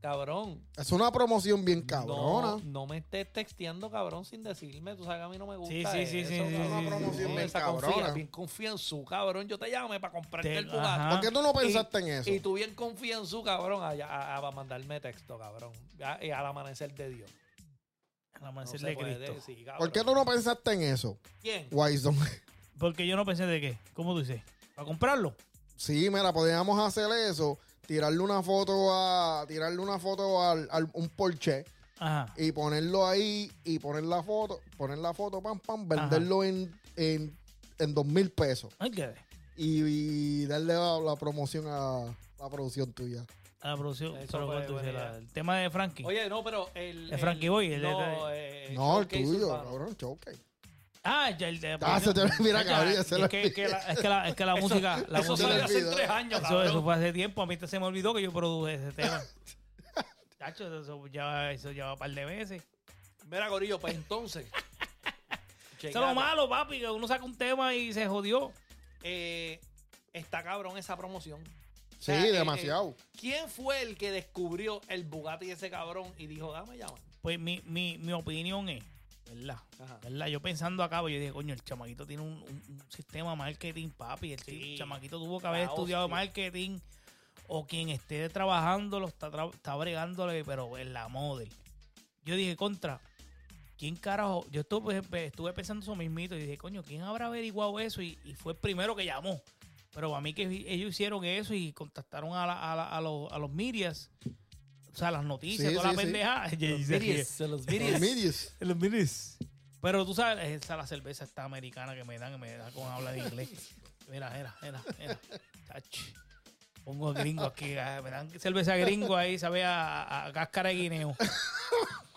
cabrón, Es una promoción bien cabrona. no, no me estés texteando, cabrón, sin decirme. Tú sabes que a mí no me gusta. Sí, sí, sí, eso, sí, cabrón. sí, sí, sí, sí. promoción bien Esa confía, cabrona. bien confía en su, cabrón. Yo te llamé para comprarte Te- el Bugatti. ajá. ¿Por qué tú no pensaste en eso? Ah, Y tú bien confía en su, cabrón, a, a- a mandarme texto, cabrón. A- y al amanecer de Dios. Al No amanecer se de puede, Cristo. sí, cabrón. ¿Por qué tú no pensaste en eso, ¿Quién? Wison? Porque yo no pensé de qué. ¿Cómo tú dices? ¿Para comprarlo? (laughs) Sí, mira, podíamos hacer eso, tirarle una foto a tirarle una foto al, al- un Porsche Ajá. y ponerlo ahí y poner la foto, poner la foto, pam, pam, venderlo en, en, en dos mil pesos Ay, qué. y, y darle la, la promoción a la producción tuya. A la producción. Eso pero fue ¿cuál tú buena dices? idea. La- el tema de Frankie. Oye, no, pero el. El Frankie Boy, el- no, eh, no, el Showcase tuyo, Urbano. cabrón, choque. ah, ya el de. la Ah, se te producción. mira, Ah, ya, cabrón, ya se lo es, que, que la, es que la, es que la Eso- música. La eso música salió hace olvidó. tres años, Eso, cabrón. eso fue hace tiempo. A mí se me olvidó que yo produje ese (laughs) tema. Chacho, eso, eso ya, eso ya va un par de veces. Mira, Gorillo, pues entonces. Eso es lo checate. malo, papi, que uno saca un tema y se jodió. Eh, está cabrón esa promoción. O Sí, sea, eh, demasiado. eh, ¿Quién fue el que descubrió el Bugatti de ese cabrón y dijo, dame llamar? Pues mi, mi, mi opinión es, ¿verdad? Ajá. ¿verdad? Yo pensando acá, pues, yo dije, coño, el chamaquito tiene un, un- un sistema marketing, papi. El Sí. chamaquito tuvo que haber La estudiado hostia. marketing o quien esté trabajando lo está, tra- está bregándole, pero en la model. Yo dije, contra, ¿quién carajo? Yo estuve, pues, estuve pensando eso mismito y dije, coño, ¿quién habrá averiguado eso? Y, y fue el primero que llamó. Pero a mí que ellos hicieron eso y contactaron a, la- a la- a los, a los medias, o sea, las noticias, Sí, toda sí, la sí. pendeja. (laughs) Y Los se ríe. videos, los Los videos. medios. Los minis. Pero tú sabes, esa la cerveza está americana que me dan, que me da con habla de inglés. Mira, mira, mira, mira. Tach. Pongo gringo aquí, ah, me dan cerveza gringo ahí, sabe a, a- a cáscara de guineo.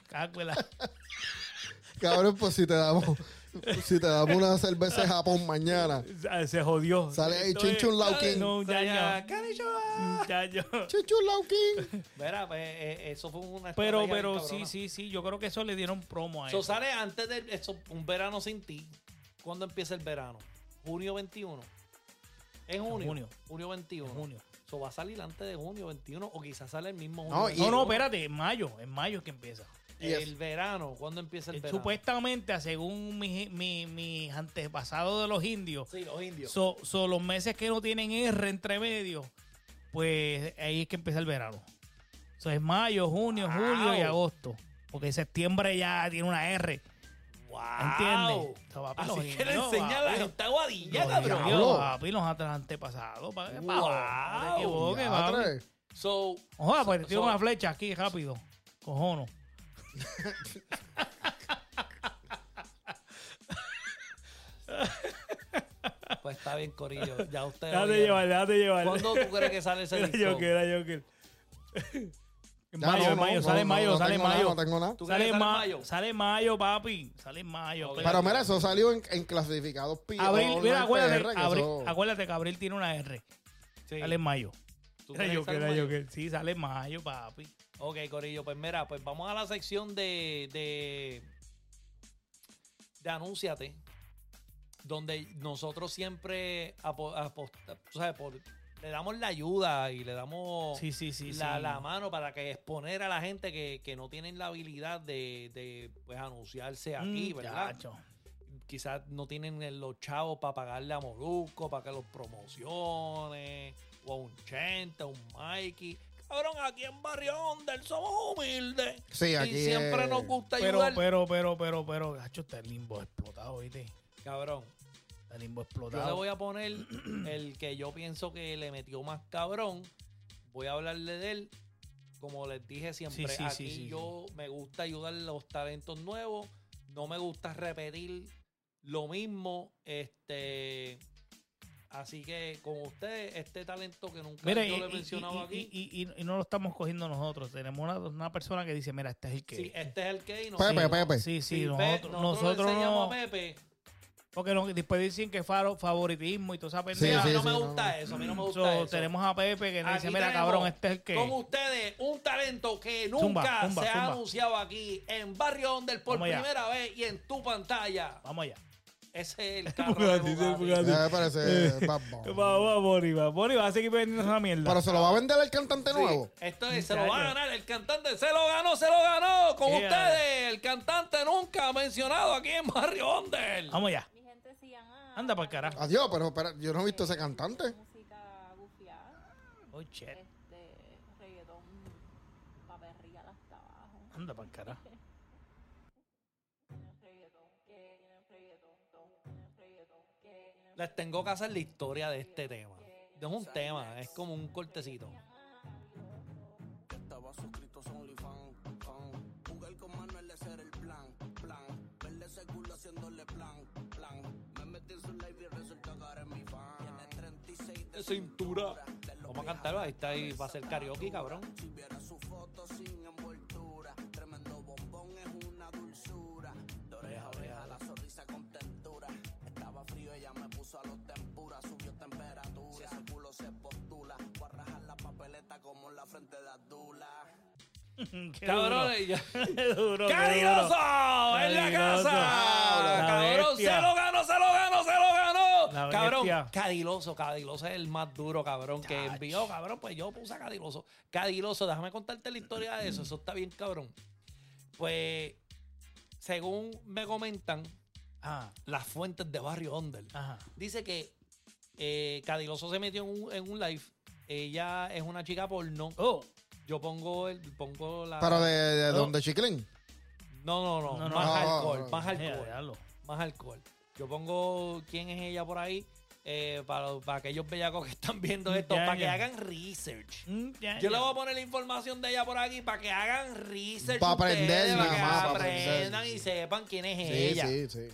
Cácuela. Cabrón, pues si te damos, (laughs) si te damos una cerveza de Japón mañana, Se jodió. Sale ahí Esto es- Chinchun Lauquín. No, ya, ya. Canichoa. Ya, ya. Chichu Lauquín. Mira, pues eh, eso fue una Pero, estrategia pero bien sí, cabrona. sí, sí. Yo creo que eso le dieron promo a Eso eso. sale antes de eso, un verano sin ti. ¿Cuándo empieza el verano? Junio 21. En junio. junio. Junio 21. En junio. Eso va a salir antes de junio 21 o quizás sale el mismo junio. No, y- No, no, 21. espérate, en mayo, en mayo es que empieza. y es- El verano, ¿cuándo empieza el Eh, verano? Supuestamente, según mi- mi- mis antepasados de los indios, Sí, los indios. son los meses que no tienen R entre medio, pues ahí es que empieza el verano. Eso es mayo, junio, Wow. julio y agosto. Porque septiembre ya tiene una R. wow. ¿Entiendes? Eso va para los Así que le indios, enseña a va, la gente aguadilla, Los cabrón. indios, Diablo. papi, los ante- antepasados. pa- pa- Wow. No te equivoques, papi. Diatre. So, Ojalá, pues so- tiene so- una flecha aquí rápido. Cojono. Pues está bien, Corillo. Ya (laughs) usted. lo Déjate vieron. llevar, déjate llevar. ¿Cuándo tú crees que (laughs) sale ese Era disco? Joker, era Joker. En Ya, mayo, no, en no, mayo, no, sale en no, mayo, no sale en tengo nada, mayo. No tengo nada. ¿Tú crees Sale que sale en en ma- mayo? Sale en mayo, papi. Sale en mayo. Ok. Pero- Pero mira, eso salió en, en clasificados pi- Abril, o mira, en acuérdate, PR, que abril- eso- acuérdate que Abril tiene una R. Sí. Sale en mayo. ¿Tú Era crees que Joker, sale en era mayo? Joker. Sí, sale en mayo, papi. Ok, Corillo, pues mira, pues vamos a la sección de. de. de Anúnciate. Donde nosotros siempre apo- aposta- tú sabes, por- le damos la ayuda y le damos Sí, sí, sí. la, sí. la mano para que exponer a la gente que, que no tienen la habilidad de, de, pues, anunciarse aquí, Mm, ¿verdad? chacho. Quizás no tienen el- los chavos para pagarle a Molusco, para que los promocione, o a un Chente, a un Mikey. Cabrón, aquí en Barrio Under somos humildes. Sí, aquí. y siempre es- nos gusta Pero, pues, ayudar. pero, pero, pero, pero, gacho, está el limbo explotado, ¿viste? Cabrón, Está el limbo yo le explotado. voy a poner el que yo pienso que le metió más cabrón. Voy a hablarle de él. Como les dije siempre, Sí, sí, aquí sí, sí, yo me gusta ayudar a los talentos nuevos. No me gusta repetir lo mismo. Este. Así que con ustedes, este talento que nunca Mira, y, yo le he y- mencionado y- aquí. y- y- y no lo estamos cogiendo nosotros. Tenemos una, una persona que dice, mira, este es el que... sí, este es el que y no Pepe, Sí, Pepe. Sí, Sí, sí, Pe- nosotros, nosotros le enseñamos no- a Pepe. Porque no- después dicen que faro, favoritismo y toda esa Sí, Mira, pendeja. sí, no sí, me no, gusta no. eso, a mí no me gusta Mm, So, eso. tenemos a Pepe que nos Aquí dice, mira, tenemos cabrón, este es el que... Con ustedes, un talento que nunca Zumba, zumba, se ha zumba. anunciado aquí en Barrio Under por Vamos allá. primera vez y en tu pantalla. Vamos allá. Ese es el carro de Bugatti, ese Bugatti. Bugatti. Eh, parece Bad Bunny. Vamos, Bori, va. Bori va a seguir vendiendo esa mierda. Pero se lo va a vender el cantante Sí, nuevo. esto es, se lo va a ganar el cantante. Se lo ganó, se lo ganó con Yeah. ustedes. El cantante nunca mencionado aquí en Barrio Under. Vamos allá. Mi gente decía, ah, Anda pa'l carajo. Adiós, pero, espera, yo no he visto ese cantante. Eh, Música gufiada, Oh, shit. este reggaetón pa' perrear hasta abajo. Anda pa'l carajo. Reggaetón, que tiene reggaetón, don, reggaetón, que tiene Les tengo que hacer la historia de este tema. No es un tema, es como un cortecito. Estaba suscrito a OnlyFans, fan. Jugar con Manuel ese era el plan, plan. Verle ese culo haciéndole plan, plan. Me metí en su live y resulta que ahora es mi fan. Tiene 36 De de cintura. de lo Vamos a vieja cantarlo, ahí está, ahí va a ser karaoke, cabrón. Si viera su foto sin envoltura, tremendo bombón es una dulzura. De oreja a oreja, la sonrisa con tentura. Estaba frío, ella me puso a los tempura, subió temperatura. Si ese culo se postula, voy a rajar la papeleta como en la frente de Abdullah. (laughs) Qué Cabrón, duro. ya. Qué duro, qué ¡Caridoso! duro. ¡En la Caridoso. casa! La ¡Cabrón! bestia. ¡Se lo ganó, se lo ganó, se lo ganó! La cabrón, bestia. Cadiloso, Cadiloso es el más duro, cabrón, que Chach. envió, cabrón. Pues yo puse a Cadiloso. Cadiloso, déjame contarte la historia de eso. Eso está bien, cabrón. Pues, según me comentan Ajá, las fuentes de Barrio Onder, ajá. dice que eh, Cadiloso se metió en un, en un live. Ella es una chica porno. Oh, Yo pongo el, pongo la. Pero de, de No. donde Chiclin. No, no, no. No, no, más no, alcohol, no, no. más mira, alcohol. diablo. más alcohol. Yo pongo quién es ella por ahí eh, para, para aquellos bellacos que están viendo esto, Ya, para ya. que hagan research. Mm, ya, Yo ya. le voy a poner la información de ella por aquí para que hagan research. Pa' ustedes, aprender para nada que más, pa' aprendan aprender. y sepan quién es Sí, ella. sí, sí.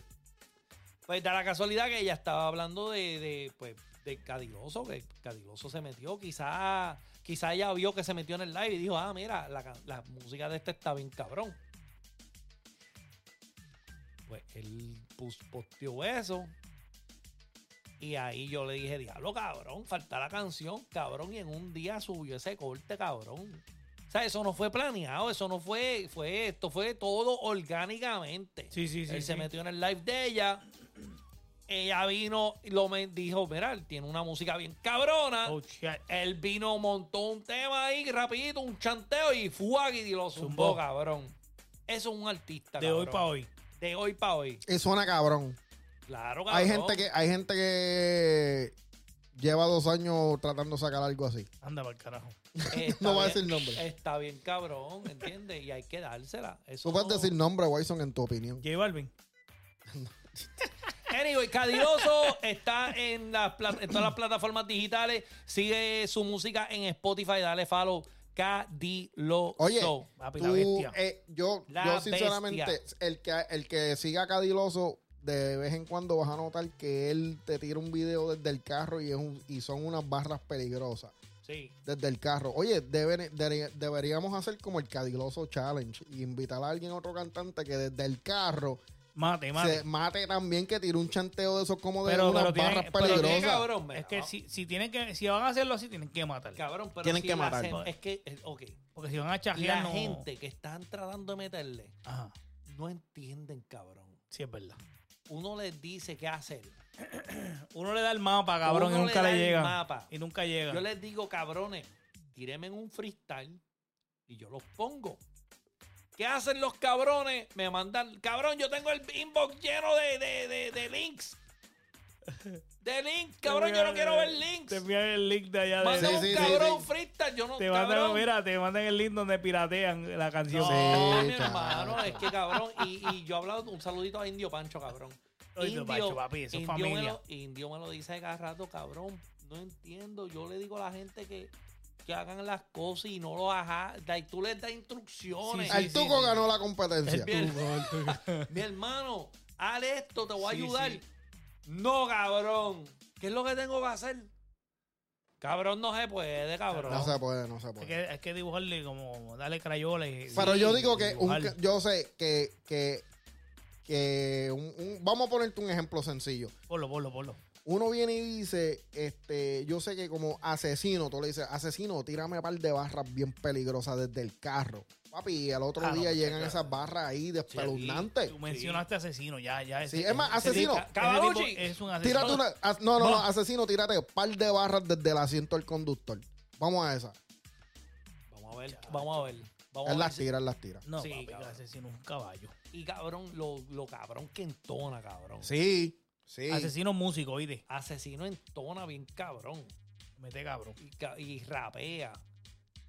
Pues da la casualidad que ella estaba hablando de, de, pues, de Cadiloso, que Cadiloso se metió. Quizá, quizá ella vio que se metió en el live y dijo, ah, mira, la, ca- la música de este está bien cabrón. Pues él pus- posteó eso. Y ahí yo le dije, diablo, cabrón, falta la canción, cabrón. Y en un día subió ese corte, cabrón. O sea, eso no fue planeado, eso no fue, fue esto, fue todo orgánicamente. Sí, sí, sí. Él se sí. metió en el live de ella. Ella vino y lo men- dijo, mira, él tiene una música bien cabrona. Oh, shit. Él vino, montó un tema ahí rapidito, un chanteo y fue y lo zumbó, Zumbó. cabrón. Eso es un artista, De hoy cabrón. para hoy. De hoy para hoy. Y suena cabrón. Claro, cabrón. Hay gente que, hay gente que lleva dos años tratando de sacar algo así. Anda para el carajo. Está (laughs) No voy bien- a Eh, decir nombre. Está bien cabrón, ¿entiendes? Y hay que dársela. Eso Tú puedes no- decir nombre, Wyson, en tu opinión. J Balvin. Anyway, Cadiloso está en, las pla- en todas las plataformas digitales. Sigue su música en Spotify. Dale follow. Cadiloso. Oye, Papi, la Tú, bestia. eh, yo, pues, La yo sinceramente, bestia. el que, el que siga a Cadiloso, de vez en cuando vas a notar que él te tira un video desde el carro y, es un- y son unas barras peligrosas Sí. desde el carro. Oye, deben- dere- deberíamos hacer como el Cadiloso Challenge y invitar a alguien, otro cantante que desde el carro Mate, mate. se mate también, que tire un chanteo de esos como de Pero- unas pero tienen- barras pero Pero tienen qué peligrosas. cabrón, mira, Es que no, si, si tienen que, si van a hacerlo así, tienen que matar. Cabrón, pero Tienen si que la matar. gen- Es que, eh, ok. Porque si van a La chajear, no- gente que están tratando de meterle Ajá. no entienden, cabrón. Sí, es verdad. Uno les dice qué hacer. Uno le da el mapa, cabrón, Uno y le nunca da le, el llega. mapa. Y nunca llega. Yo les digo, cabrones, tírenme en un freestyle y yo los pongo. ¿Qué hacen los cabrones? Me mandan, cabrón, yo tengo el inbox lleno de, de, de, de links. De links, cabrón, yo no quiero ver links. Te envían el link de allá de. Manda Sí, un sí, sí, cabrón sí. freestyle, yo no, Te mandan, cabrón. mira, te mandan el link donde piratean la canción. No, Sí, mi chaval. hermano, es que cabrón. Y, y yo he hablado un saludito a Indio Pancho, cabrón. Ay, Indio Pancho, papi, eso es Indio familia. Me lo, Indio me lo dice cada rato, cabrón. No entiendo. Yo le digo a la gente que, que hagan las cosas y no lo hagas. Y tú les das instrucciones. Sí, El sí, Tuco sí. ganó la competencia. mi, (laughs) her- mi hermano, haz esto, te voy a Sí, ayudar. sí. No, cabrón. ¿Qué es lo que tengo que hacer? Cabrón, no se puede, cabrón. No se puede, no se Hay puede. que, hay que dibujarle como, darle crayola. y- Pero sí, yo digo que un, dibujar. ca- yo sé que, que, que un- un- vamos a ponerte un ejemplo sencillo. Ponlo, ponlo, ponlo. Uno viene y dice, este, yo sé que como asesino, tú le dices, asesino, tírame un par de barras bien peligrosas desde el carro. Papi, y al otro Ah, no, día muchacho. llegan esas barras ahí espeluznantes. Tú mencionaste asesino, ya, ya. Sí, es más, asesino. tipo- Cavalucci. tipo Es un asesino. Tírate una, as- no, no, no, Va. asesino, tírate un par de barras desde el asiento del conductor. Vamos a esa. Vamos a ver, vamos a ver. Vamos Él a ver las si- tira, él las tira. Oh, No, Sí, papi, cabrón. asesino es un caballo. Y cabrón, lo, lo cabrón que entona, cabrón. Sí, sí. Asesino músico, oíste. Asesino entona bien cabrón. Mete cabrón. Y, ca- y rapea.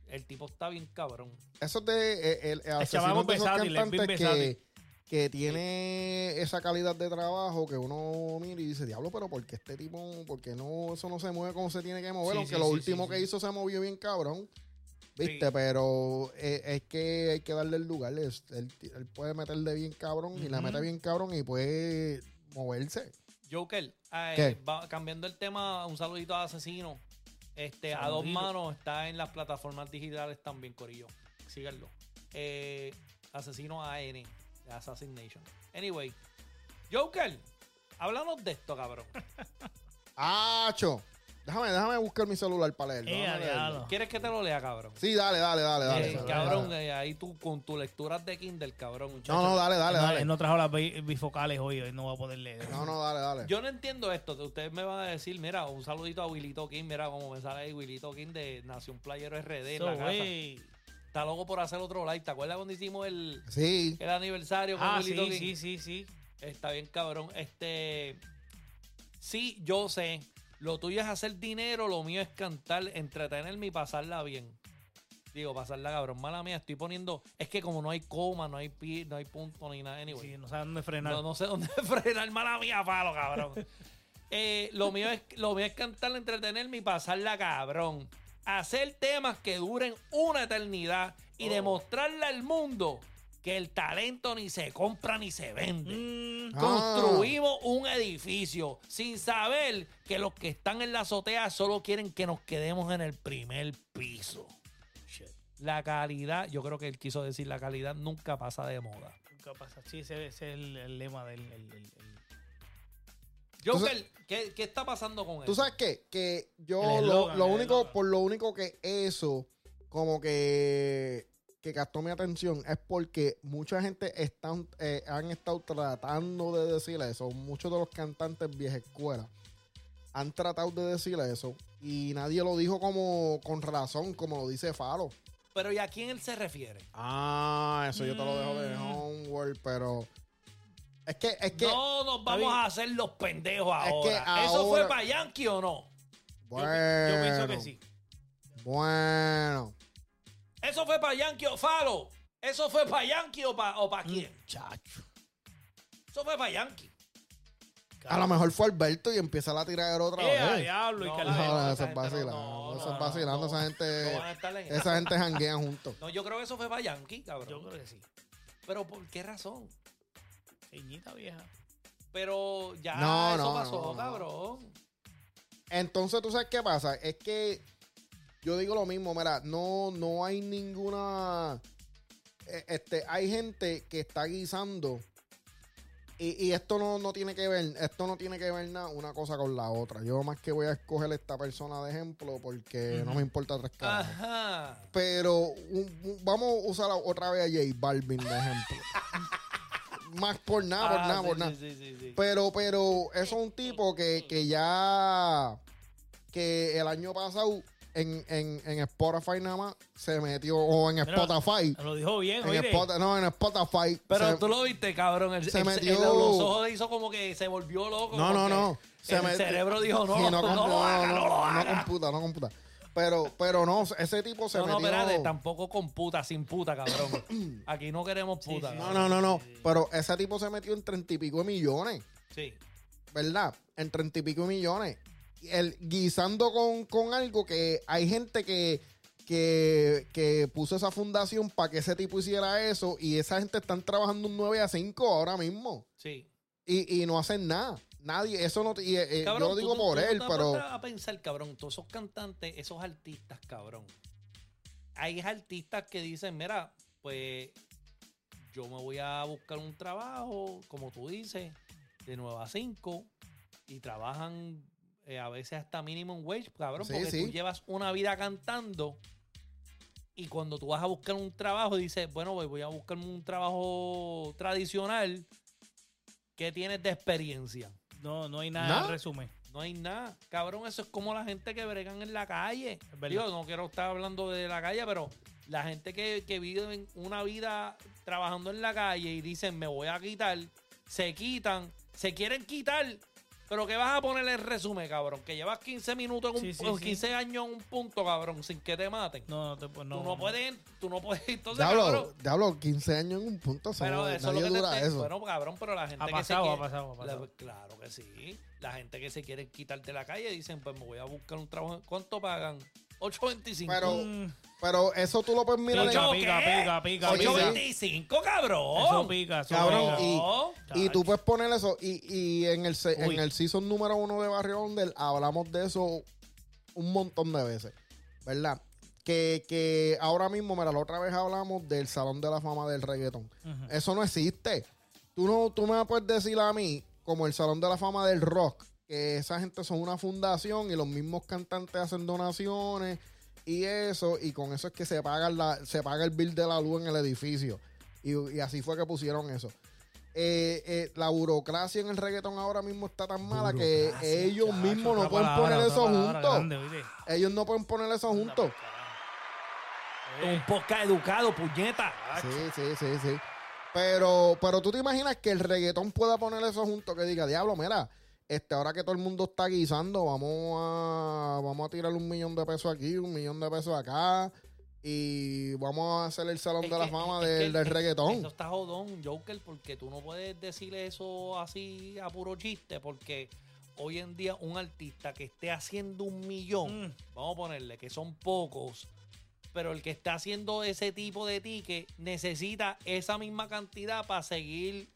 El tipo está bien cabrón. Eso de eh, el, el asesino chavamos de esos versátil, es bien cantantes versátil. que, que tiene esa calidad de trabajo que uno mira y dice, diablo, pero ¿por qué este tipo, porque no, eso no se mueve como se tiene que mover? Sí, Aunque sí, lo sí, último sí, que sí. hizo se movió bien cabrón. Viste, Sí. pero eh, es que hay que darle el lugar. es- él, él puede meterle bien cabrón y la Ujú. mete bien cabrón y puede moverse. Joker, eh, ¿Qué? va- cambiando el tema, un saludito a Asesino. Este, a dos Saludito. manos está en las plataformas digitales también, Corillo. Síganlo. Eh, Asesino AN, de Assassin Nation. Anyway, Joker, háblanos de esto, cabrón. ¡Acho! Déjame, déjame buscar mi celular para leerlo. Eh, déjame leerlo. diablo. ¿Quieres que te lo lea, cabrón? Sí, dale, dale, dale, dale. Eh, dale, cabrón, dale. eh, ahí tú con tus lecturas de Kindle, cabrón. muchacho. No, no, dale, dale, Él no- dale. Él no trajo las bi- bifocales hoy, hoy no va a poderle. No, no, dale, dale. Yo no entiendo esto. que Ustedes me van a decir, mira, un saludito a Willito King. Mira cómo me sale ahí Willito King de Nación Playero RD en So, la casa. wey. Está loco por hacer otro live. ¿Te acuerdas cuando hicimos el, Sí. el aniversario con Ah, Willy sí, Talking? sí, sí, sí. Está bien, cabrón. Este. Sí, yo sé. Lo tuyo es hacer dinero, lo mío es cantar, entretenerme y pasarla bien. Digo, pasarla, cabrón. Mala mía, estoy poniendo. Es que como no hay coma, no hay pi, no hay punto ni nada. Anyway. Sí, no saben dónde frenar. No, no sé dónde (laughs) frenar, mala mía, palo, cabrón. Eh, lo, mío es, lo mío es cantar, entretenerme y pasarla, cabrón. Hacer temas que duren una eternidad y demostrarle al mundo que el talento ni se compra ni se vende. Mm, Ah. Construimos un edificio sin saber que los que están en la azotea solo quieren que nos quedemos en el primer piso. La calidad, yo creo que él quiso decir, la calidad nunca pasa de moda. nunca pasa. Sí, ese, ese es el, el lema del. el- el- el- Joker, ¿qué, ¿qué está pasando con él? ¿Tú sabes qué? Que yo El lo, eslogan, lo el único, eslogan. por lo único que eso, como que, que captó mi atención, es porque mucha gente están, eh, han estado tratando de decir eso. Muchos de los cantantes vieja escuela han tratado de decir eso. Y nadie lo dijo como con razón, como lo dice Faro. Pero ¿y a quién él se refiere? Ah, eso yo te lo dejo de Mm. homework, pero. Es que, es que. no nos vamos bien. a hacer los pendejos Es que ahora. ¿Eso fue ahora- para Yankee o no? yo- bueno. Yo pienso que sí. Bueno. ¿Eso fue para Yankee o Falo? ¿Eso fue para Yankee o para o pa Mm, quién? Chacho. Eso fue para Yankee. A lo mejor fue Alberto y empieza la tiradera otra Eh, a vez. diablo, y No, Carlos. no, No, esa eso es gente no- vacilando. no, eso no, es vacilando. no. esa No gente. van a estar en esa gente janguea juntos. No, yo creo que eso fue para Yankee, cabrón. Yo creo que sí. Pero ¿por qué razón? Peñita vieja. Pero ya No, eso no, pasó, no, no. cabrón. Entonces, ¿tú sabes qué pasa? Es que yo digo lo mismo, mira, no, no hay ninguna. eh, Este, hay gente que está guisando. Y, y esto no, no tiene que ver, esto no tiene que ver nada una cosa con la otra. Yo más que voy a escoger esta persona de ejemplo porque no me importa tres Ah. caras. Ajá. Pero un- un- vamos a usar a- otra vez a J Balvin de (laughs) ejemplo. Más por nada, por Ah, nada, sí, por sí, nada. Pues, sí, sí, sí. Pero, pero, eso es un tipo que, que ya. Que el año pasado en, en, en Spotify nada más se metió. O en Mira, Spotify. Lo dijo bien, En oye. Spotify no, en Spotify. Pero se- tú lo viste, cabrón. El, se el- metió- el- los ojos hizo como que se volvió loco. No, no, porque no. Se el metió- cerebro dijo, no, Sí, no, compu- lo haga, no, lo haga. no computa, no computa. Pero, pero no, ese tipo se no, no, metió. espérate, tampoco con puta, sin puta, (clears throat) cabrón. Aquí no queremos puta. sí, no, no, no, no. Pero ese tipo se metió en treinta y pico de millones. Sí. ¿verdad? En treinta y pico millones. El, guisando con, con algo que hay gente que, que, que puso esa fundación para que ese tipo hiciera eso y esa gente están trabajando un 9 a 5 ahora mismo Sí. y, y no hacen nada. Nadie, eso no. y, eh, eh, yo lo tú- digo tú- por tú no él, te pero. pones a pensar, cabrón, todos esos cantantes, esos artistas, cabrón. Hay artistas que dicen, mira, pues yo me voy a buscar un trabajo, como tú dices, de 9 a 5 y trabajan eh, a veces hasta minimum wage, cabrón, Sí, porque tú sí. llevas una vida cantando y cuando tú vas a buscar un trabajo dices, bueno, pues voy a buscarme un trabajo tradicional que tienes de experiencia. No, no hay nada ¿Nada? en resumen. No hay nada. Cabrón, eso es como la gente que bregan en la calle. Es verdad. Digo, no quiero estar hablando de la calle, pero la gente que, que vive una vida trabajando en la calle y dicen, me voy a quitar, se quitan, se quieren quitar. Pero que vas a poner el resumen, cabrón? Que llevas 15 minutos, en un, Sí, sí, o sí. 15 años en un punto, cabrón, sin que te maten. No, no te pues, tú no puedes, tú no puedes. Entonces, Diablo, cabrón, diablo, 15 años en un punto, pero somos- eso es lo nadie que te dura te- eso. Bueno, cabrón, pero la gente Ha que pasado, se ha quiere- pasado, ha la- pasado. claro que sí. La gente que se quiere quitarte la calle dicen, pues me voy a buscar un trabajo. ¿Cuánto pagan? 8.25. Pero- Mm, pero eso tú lo puedes mirar. Ocho, pica, ¿qué? pica, pica, pica, Ocho, pica. veinte. 8.25, cabrón. Eso pica, eso Cabrón, pica. y- No. Y tú puedes poner eso. Y, y en, el, se- Uy. en el season número uno de Barrio Under hablamos de eso un montón de veces. ¿Verdad? Que, que ahora mismo, mira, la otra vez hablamos del Salón de la Fama del Reggaetón. Ujú. Eso no existe. Tú no tú me puedes decir a mí, como el Salón de la Fama del Rock, que esa gente son una fundación y los mismos cantantes hacen donaciones y eso, y con eso es que se paga, la, se paga el bill de la luz en el edificio. Y, y así fue que pusieron eso. Eh, eh, la burocracia en el reggaetón ahora mismo está tan mala que Burocracia, ellos Chacho, mismos no otra pueden palabra, poner otra eso palabra juntos. grande, oíste. Ellos no pueden poner eso juntos. Anda, Un podcast educado, puñeta. Sí, sí, sí, sí. Pero, pero tú te imaginas que el reggaetón pueda poner eso junto, que diga, diablo, mira, este, ahora que todo el mundo está guisando, vamos a, vamos a tirar un millón de pesos aquí, un millón de pesos acá, y vamos a hacer el salón Es de la que- fama es que del, el- del es- reggaetón. Eso está jodón, Joker, porque tú no puedes decirle eso así a puro chiste, porque hoy en día un artista que esté haciendo un millón, Mm. vamos a ponerle que son pocos, pero el que está haciendo ese tipo de ticket necesita esa misma cantidad para seguir.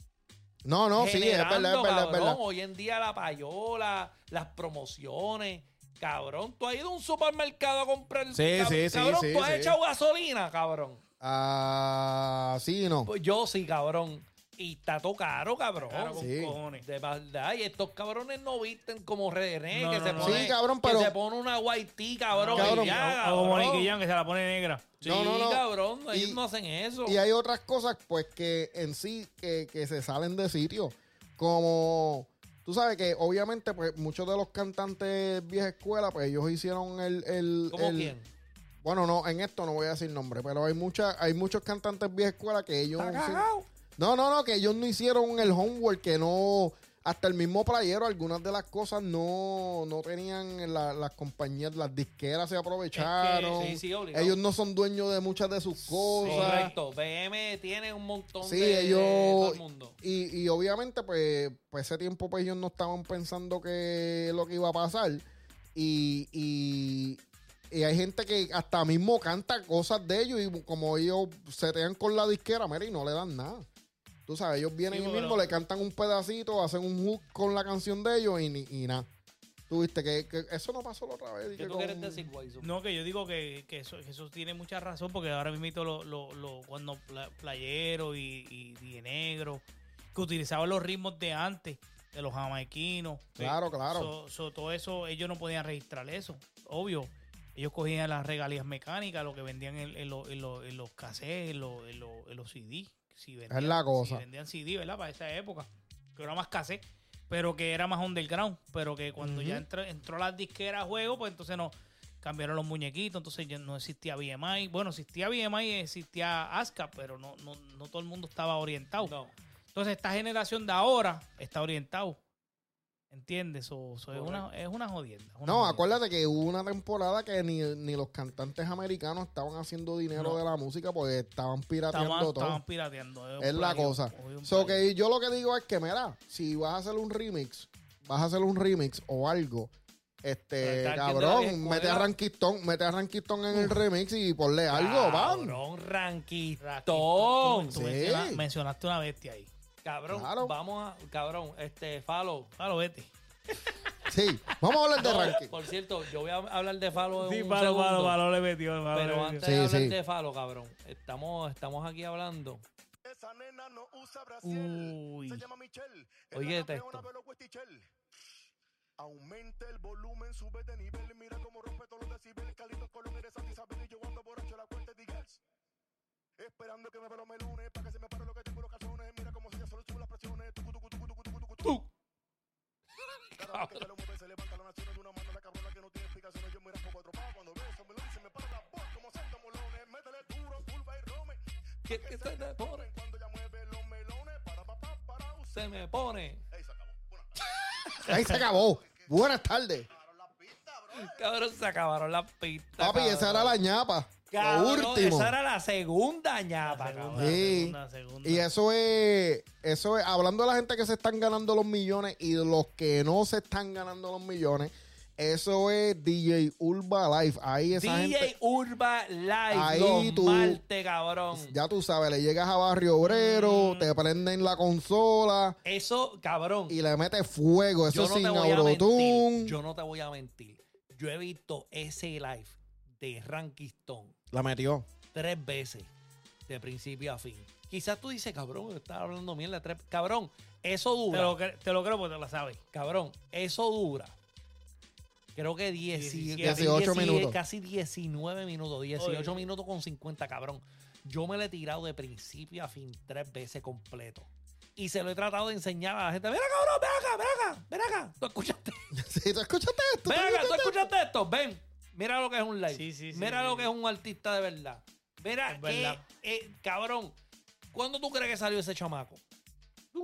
No, no, sí, es generando, verdad, es verdad, es cabrón. verdad. Hoy en día la payola, las promociones. Cabrón, tú has ido a un supermercado a comprar. Sí, cab- sí, sí, Cabrón, sí, tú has sí. echado gasolina, cabrón. Ah, sí, no. Pues yo sí, cabrón. Y está todo caro, cabrón. Claro, con Sí. cojones. De verdad, y estos cabrones no visten como René, No, que no, se no. pone, Sí, cabrón, que pero- se pone una white tee, cabrón, Cabrón. y ya, O como cabrón. Nicky Jam, que se la pone negra. Sí, No, no, no. cabrón, ellos Y- no hacen eso. Y hay otras cosas, pues, que en sí, que, que se salen de sitio. Como, tú sabes que obviamente, pues, muchos de los cantantes vieja escuela, pues, ellos hicieron el... el ¿Cómo el- quién? Bueno, no, en esto no voy a decir nombre, pero hay mucha, hay muchos cantantes vieja escuela que ellos... Está no hicieron- cagao. No, no, no, que ellos no hicieron el homework, que no... Hasta el mismo playero, algunas de las cosas no, no tenían la- las compañías, las disqueras se aprovecharon. sí, sí, obligado. ellos no son dueños de muchas de sus cosas. Correcto, BM tiene un montón Sí, de, de ellos- todo el mundo. Y, y obviamente, pues, pues ese tiempo pues ellos no estaban pensando que lo que iba a pasar. Y, y, y hay gente que hasta mismo canta cosas de ellos y como ellos se tean con la disquera, mira, y no le dan nada. Tú sabes, ellos vienen Sí, y porque mismo lo- le cantan un pedacito, hacen un hook con la canción de ellos y, ni- y nada. Tú viste que, que eso no pasó la otra vez. y ¿Qué que tú con- quieres decir, Guayzo? No, que yo digo que, que eso, que eso tiene mucha razón, porque ahora mismo lo, lo, lo- cuando pla- Playero y, y Die Negro, que utilizaban los ritmos de antes, de los jamaiquinos. Claro, claro. So- so, todo eso, ellos no podían registrar eso, obvio. Ellos cogían las regalías mecánicas, lo que vendían en, en los- en los- en los cassettes, en, los- en los- en los CD. Si vendían, la cosa. Si vendían CD, ¿verdad? Para esa época, que era más cassette, pero que era más underground. Pero que cuando ya entró, entró la disquera a juego, pues entonces no cambiaron los muñequitos, entonces ya no existía BMI. Bueno, existía BMI, existía ASCA, pero no, no, no todo el mundo estaba orientado. No. Entonces, esta generación de ahora está orientado. ¿Entiendes? O, so, es, una, es una jodienda. una No, jodienda. acuérdate que hubo una temporada que ni, ni los cantantes americanos estaban haciendo dinero No. de la música porque estaban pirateando Estaban, todo. estaban pirateando. un es la plagio, cosa. hoy un So plagio. que yo lo que digo es que, mira, si vas a hacer un remix, vas a hacer un remix o algo, este, Pero está alguien de la cabrón, vieja mete a escuela. Ranquistón, mete a Ranquistón en el remix y ponle algo, van. Cabrón, Tú, ranquitón. tú Sí. menciona- mencionaste una bestia ahí. Cabrón, Claro. vamos a... Cabrón, este, Falo, Claro, vete. Sí, vamos a hablar de Ranquistón. Por cierto, yo voy a hablar de Falo en Sí, un palo, segundo. palo, palo le metió. palo le Pero metió. antes Sí, de hablar sí. de Falo, cabrón, estamos, estamos aquí hablando. Esa nena no usa Uy. Se llama Michelle. Es Oye, la campeona texto. de los Westichel. Aumenta el volumen, sube de nivel. Mira cómo rompe todos los decibeles. Carlitos Colón, eres Santa Isabel y yo ando borracho a la cuenta de Gals. Esperando que me vea los melones, para que se me pare lo que tengo en los calzones. Mira cómo se ya solo suben las presiones. Tucu, tucu, tucu, tucu, tucu, tucu, tucu. Cada vez que te lo mueves, se levanta la nación de una mano la cabrona que no tiene explicaciones. Yo mira con cuatro pavos cuando veo ese melón, se me para la voz como salta molones. Métele duro, pulva y rome. ¿Qué- qué se me pone? Cuando ya mueve los melones, para papá, para usted. Se me pone. Ahí se acabó. Buenas Ahí se acabó. Buenas tardes. Cabrón, se acabaron las pistas. Papi, cabrón. esa era la ñapa. Cabrón, lo último. Esa era la segunda La ñapa, segunda, cabrón. Sí. Ah, segunda, segunda. Y eso es, eso es, hablando de la gente que se están ganando los millones y de los que no se están ganando los millones, eso es DJ Urba Life. Ahí esa DJ gente, Urba Live, Ahí los tú- martes, cabrón. ya tú sabes, le llegas a Barrio Mm. Obrero, te prenden la consola Eso, cabrón. y le metes fuego. Eso yo no sin te voy a Aurotun. mentir. Yo no te voy a mentir. Yo he visto ese live de Rankistón La metió. tres veces de principio a fin. Quizás tú dices, cabrón, estás hablando mierda. Tres... Cabrón, eso te, dura. lo, cre- te lo creo porque te la sabes. Cabrón, eso dura. Creo que 18, 18 minutos. Casi 19 minutos. 18 Oye. minutos con 50, cabrón. Yo me lo he tirado de principio a fin tres veces completo. Y se lo he tratado de enseñar a la gente. Ven acá, cabrón, ven acá, ven acá, ven acá. ¿Tú escuchaste? (laughs) Sí, ¿tú escuchaste esto? Ven ¿Tú acá, ¿tú escuchaste esto? escuchaste esto? Ven. Mira lo que es un live. Sí, sí, sí, Mira sí. lo que es un artista de verdad. Mira, Es que, verdad. eh, cabrón, ¿cuándo tú crees que salió ese chamaco?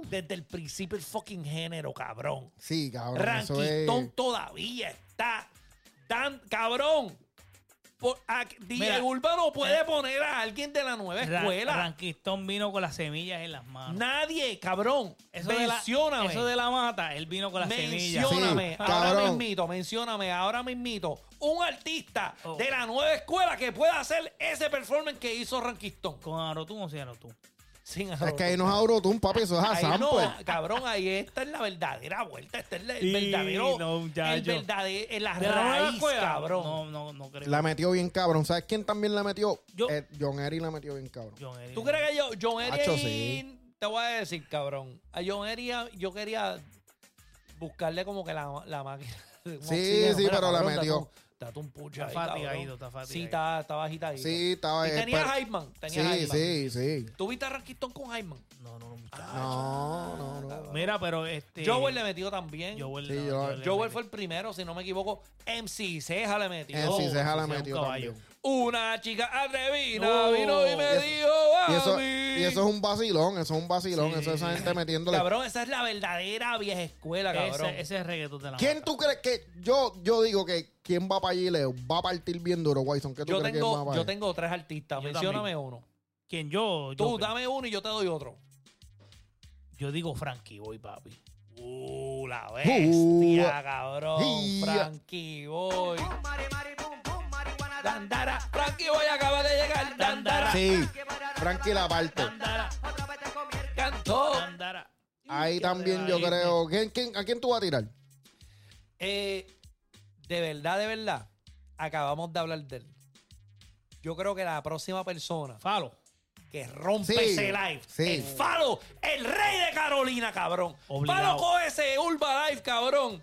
Desde el principio el fucking género, cabrón. Sí, cabrón. Eso es... Ranquistón todavía está tan cabrón. Por, a, DJ Mira, Urbano puede eh, poner a alguien de la nueva Ra- escuela. Ranquistón vino con las semillas en las manos. Nadie, cabrón. Eso de, la, mencióname. eso de la mata, él vino con las semillas. Mencióname, Sí, ahora cabrón. mismito, mencióname, ahora mismito, un artista Oh. de la nueva escuela que pueda hacer ese performance que hizo Ranquistón. ¿Con Arotún o sin Arotún? Sin Es que ahí arroz. no es Aurotum, papi, eso es a Ahí no, sample. cabrón, ahí está es la verdadera vuelta, este es la- el Y verdadero, no, el muchacho. verdadero, en la ¿De la nueva raíz, escuela? cabrón. No, no, no creo. La metió bien cabrón. ¿Sabes quién también la metió? Yo. Eh, John Eri la metió bien cabrón. John Elliott. ¿Tú crees que yo, John Eri Hacho, ahí- sí. te voy a decir, cabrón? A John Eri, a- yo quería buscarle como que la, la máquina. (laughs) un Sí, oxígeno. sí, pero la cabrón, metió. date un- Date un pucho Está ahí, fatigadito, cabrón. está Sí, fatigadito. está, está bajitadito. Sí, estaba... Y eh, tenía pero- Hyman, tenía Sí, Hyman. sí, sí. ¿Tú viste a Ranquistón con Hyman? No, Ah, no, no. muchacho. No, no, no. Mira, pero este. Jowell le metió también. Jowell, Jowell, Sí, no, yo- Jowell le fue el primero, si no me equivoco. MC Ceja le metió. Eh, sí, Ceja la Oh, un metió caballo. también. Una chica atrevida No. vino y me Y eso- dijo, Y eso, "Mami". y eso es un vacilón, eso es un vacilón, Sí. eso es esa gente metiéndole. Cabrón, esa es la verdadera vieja escuela, cabrón. Ese, ese es reggaetón de la ¿Quién mata. tú crees que yo yo digo que quién va para allí Leo va a partir bien duro, Wyson? ¿Qué tú yo crees que va tengo, para yo tengo tres artistas. Yo Mencióname también. uno. ¿Quién yo? Yo, Tú, dame uno y yo te doy otro. yo digo Frankie Boy, papi. Uh, la bestia, cabrón. Yeah. Frankie Boy. Boom, mari, mari, boom, boom, marihuana, Dandara. Frankie Boy acaba de llegar. Dandara. Sí, tranquila parte. Andara, Otra vez te conviertes. Cantó. andara. Ahí también yo creo. ¿quién- quién- ¿A quién tú vas a tirar? Eh, de verdad, de verdad. Acabamos de hablar de él. Yo creo que la próxima persona Falo. que rompe Sí, ese live. sí. El Falo, el rey de Carolina, cabrban Obligado. Falo coge ese Urba Life, cabrón.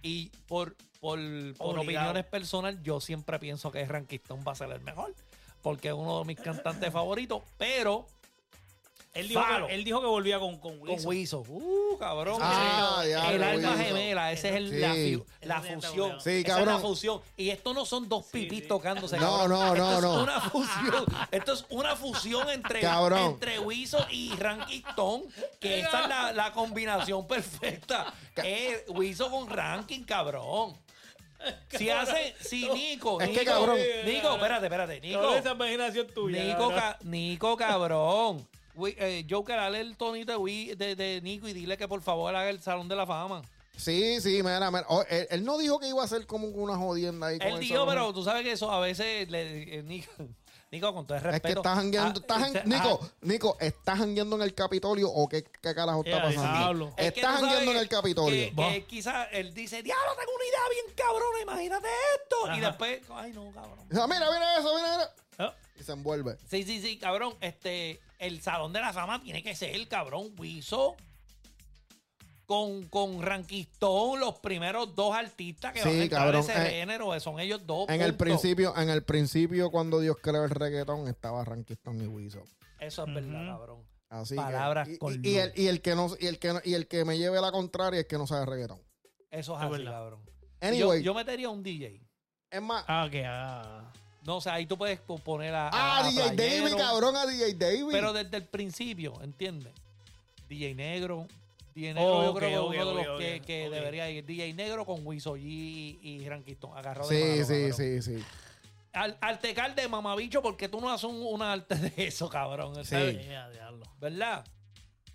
Y por, por, por Obligado. opiniones personales, yo siempre pienso que Ranquistón va a ser el mejor. Porque es uno de mis cantantes favoritos. Pero Él dijo, Falo. que, él dijo que volvía con, con con Wilson. Wiso. Uh, cabrón. Ah, Sí. diablo, el alma Wiso. gemela. Ese es el- la, Sí. fi- la Eso sí está fusión. obligado. Sí, Esa es cabrón. la fusión. Y esto no son dos pipis sí. tocándose. No, cabrón. no, no, esto no. Es una fusión, esto es una fusión entre, Cabrón. entre Wiso y Ranquistón. Que esa es la, la combinación perfecta. Es Wiso con Ranking, cabrón. Si hacen, si Nico, Es que, Nico, cabrón. Nico, espérate, espérate, Cabrón, Nico. esa imaginación tuya. Nico, cabrón. ca- Nico, cabrón. Wi- eh, Joker, dale el tonito de, Wi- de, de Nico y dile que por favor haga el Salón de la Fama. Sí, sí, mira, mira. Oh, él, él no dijo que iba a ser como una jodienda ahí. con Él el dijo, salón. pero tú sabes que eso a veces le- eh, Nico, (laughs) Nico, con todo el Es respeto. que estás jangueando. ah, estás jan- este- Nico, ah, Nico, ¿estás jangueando en el Capitolio o qué, qué carajo está Ea, diablo. pasando? es que tú ¿Estás sabes jangueando en el que- Capitolio? Que, que quizás él dice, diablo, tengo una idea bien cabrona, imagínate esto. Y Ajá. después, ay no, cabrón. Ah, Mira, mira eso, mira, mira. Ah, Y se envuelve. Sí, sí, sí, cabrón. Este, el Salón de la Fama tiene que ser, cabrón, Wiso. Con, con Ranquistón, los primeros dos artistas que Sí, van a entrar cabrón, ese eh, género, eh, son ellos dos. En el punto. principio, en el principio cuando Dios creó el reggaetón estaba Ranquistón y Wiso. Eso es verdad, Ujú. cabrón. Así Palabras que, y- con y, y luz. el, y el que no y el que no- y el que me lleve la contraria es que no sabe reggaetón. Eso es, Es así, verdad. cabrón. Anyway, Yo, yo metería un DJ. es más, ah, que ah. No, o sea, ahí tú puedes po- poner a. ah, a DJ Playero, David, cabrón, a DJ David. Pero desde el principio, ¿entiendes? DJ Negro. DJ Negro, Oh, yo ok, creo que ok, es uno de ok, los que, ok, que ok. debería ir. DJ Negro con Wiso G y, y Ranquistón. Agarrado de sí, mano, sí, cabrón. sí, sí. Al, artecal de mamabicho porque tú no haces un, una arte de eso, cabrón. ¿sabes? Eh, a diablo. ¿Verdad?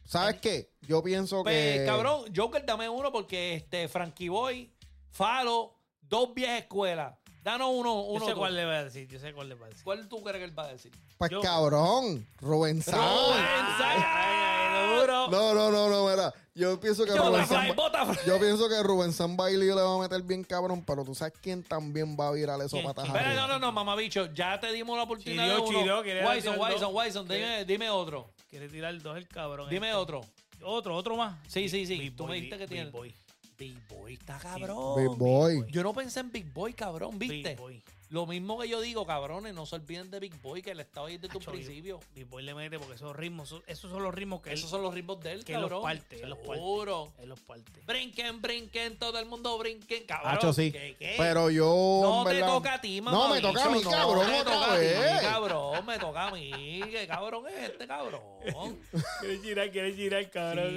¿Sabes qué? Yo pienso Pues, que cabrón, Joker, dame uno porque este Frankie Boy, Falo, dos viejas escuelas. Danos uno, Yo uno. sé tú. cuál le va a decir, yo sé cuál le va a decir. ¿Cuál tú crees que él va a decir? pues yo- cabrón, Rubén Sáenz. Ay, ay, ay, duro. No, no, no, no, mira. Yo pienso que Bota Rubén fly, Sam, bota fly. yo pienso que Rubén Sambailio le va a meter bien cabrón, pero tú sabes quién también va a virar eso ¿Quién? patas Espera, arriba. no, no, no, mamabicho, ya te dimos la oportunidad Chirió, de uno. chirió, quería decir Wison, el Wison, dos. Wison, dime, dime otro. Quiere tirar dos el cabrón. Dime este. otro. Otro, otro más. Sí, sí, sí. Big Tú me Boy, dijiste que Big tienes. Boy. Big Boy está cabrón. Big Boy. Yo no pensé en Big Boy, cabrón, Big ¿viste? Boy. Lo mismo que yo digo, cabrones, no se olviden de Big Boy, que le estaba oyendo desde Acho, un principio. Big Boy le mete porque esos ritmos, son- esos son los ritmos que Esos él- son los ritmos de él, que él cabrón. los parte, él los parte. Seguro. Él los (laughs) parte. Brinquen, brinquen, todo el mundo brinquen, cabrón. Hacho, sí. ¿Qué, qué? Pero yo. no en te verdad, toca a ti, mamá. No, me toca a mí, cabrón, me otra toca a vez. ti, cabrón, me toca a mí. ¿Qué cabrón es este, cabrón? Quiere girar, quiere girar,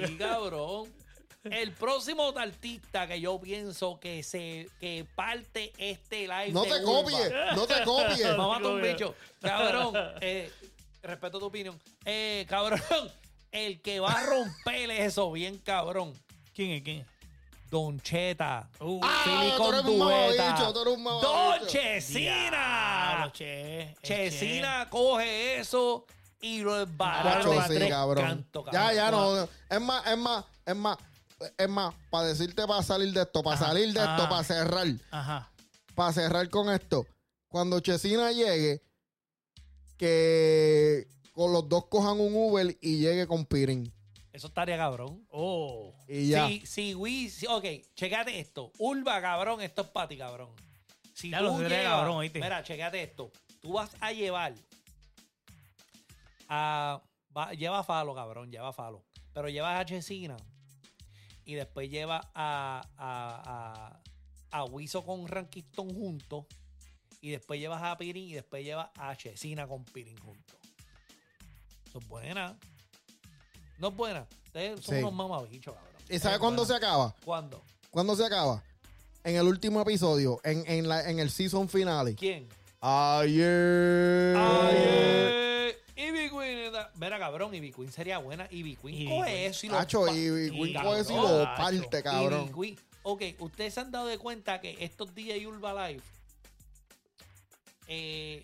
Sí, cabrón. El próximo artista que yo pienso que se que parte este live. No de te Urban. copies, no te copies. Mamá Digo, un mira. bicho. Cabrón, eh, respeto tu opinión. Eh, cabrón, el que va a romper eso bien, cabrón. ¿Quién es? ¿Quién es? Don Cheta. Uh, Ah, tú Silicon eres un Dueta. mamabicho, tú eres un Don mamabicho. Chesina. Diablo, che, el Chesina coge eso y lo Hacho, embarata en sí, tres cabrón. cantos, Ya, cabrón. ya, no. Es más, es más, es más. Es más, para decirte para salir de esto, para salir de esto, ah. para cerrar, Ajá. para cerrar con esto. Cuando Chesina llegue, que con los dos cojan un Uber y llegue con Pirín. Eso estaría cabrón. Oh. Y ya. Si, si Wiz- si- ok, checate esto. Urba, cabrón, esto es para ti, cabrón. Si Ya tú lo sé, llevas- cabrón, ¿oíste? Mira, checate esto. Tú vas a llevar a. va- lleva a Falo, cabrón, lleva a Falo. Pero llevas a Chesina y después lleva a. a, a, a Wiso con Rankiston juntos. Y después llevas a Pirin y después llevas a Chesina con Pirin juntos. Eso es buena. No es buena. Ustedes son Sí. unos mamabichos, cabrón. ¿Y sabes cuándo se acaba? Eh, ¿Cuándo? ¿Cuándo se acaba? En el último episodio, en, en, la, en el season finale. ¿Quién? Ayer. eh. Ayer. eh, Ivy Queen. era- Mira, cabrón, Ivy Queen sería buena. Ivy Queen Ivy coge Queen. eso y lo. Hacho, pa- y, y y Winco cabrón, es y lo hacho. parte, Ivy cabrón. Queen. Ok, ustedes se han dado de cuenta que estos DJ Urba Life, eh,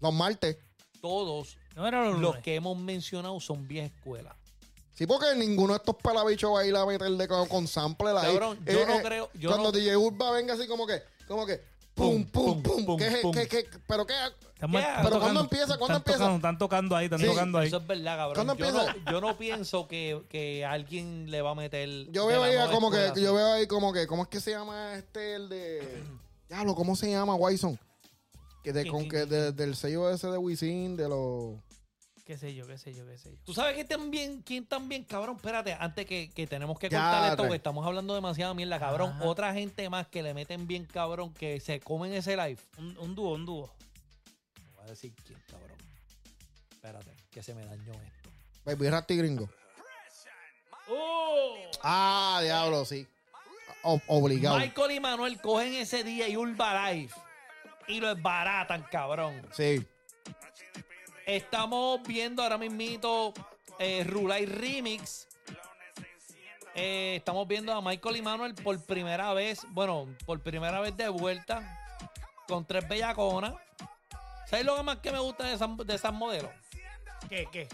Los martes. todos No era los, los lunes. que hemos mencionado son vieja escuela. Sí, porque ninguno de estos pelabichos va a ir a meterle con, con sample ahí. Eh, Cabrón, yo no creo- yo no- cuando DJ Urba venga así como que, como que, pum, pum, pum. ¿Qué es- qué- qué- pero qué. Estamos- Yeah. Pero están tocando- ¿cuándo empieza? ¿Cuándo están empieza? tocando, están tocando ahí, están Sí. tocando ahí. Eso es verdad, ¿Cuándo cabrón. Yo empieza? no, yo no pienso que, que alguien le va a meter. Yo de veo la ahí nueva como que, escuela. yo veo ahí como que, ¿cómo es que se llama este el de. Diablo, ¿cómo se llama, Wyson? Que de, ¿Quién, con quién, que de- del sello ese de Wisin, de los. Qué sé yo, qué sé yo, qué sé yo. Tú sabes que también, quién también, cabrón. Espérate, antes que, que tenemos que Ya, cortar esto, tranqui. porque estamos hablando demasiada mierda, cabrón. Ajá. Otra gente más que le meten bien, cabrón, que se comen ese live. Un, un dúo, un dúo. No voy a decir quién, cabrón. Espérate, que se me dañó esto. Baby Ratty Gringo. Ah, diablo, sí. O- obligado. Michael y Manuel cogen ese día y Urba Life y lo esbaratan, cabrón. Sí. Estamos viendo ahora mismito eh, Rulay Remix. Eh, estamos viendo a Michael y Manuel por primera vez, bueno, por primera vez de vuelta con tres bellaconas. ¿Sabes lo que más que me gusta de esas, de esas modelos? ¿Qué, qué?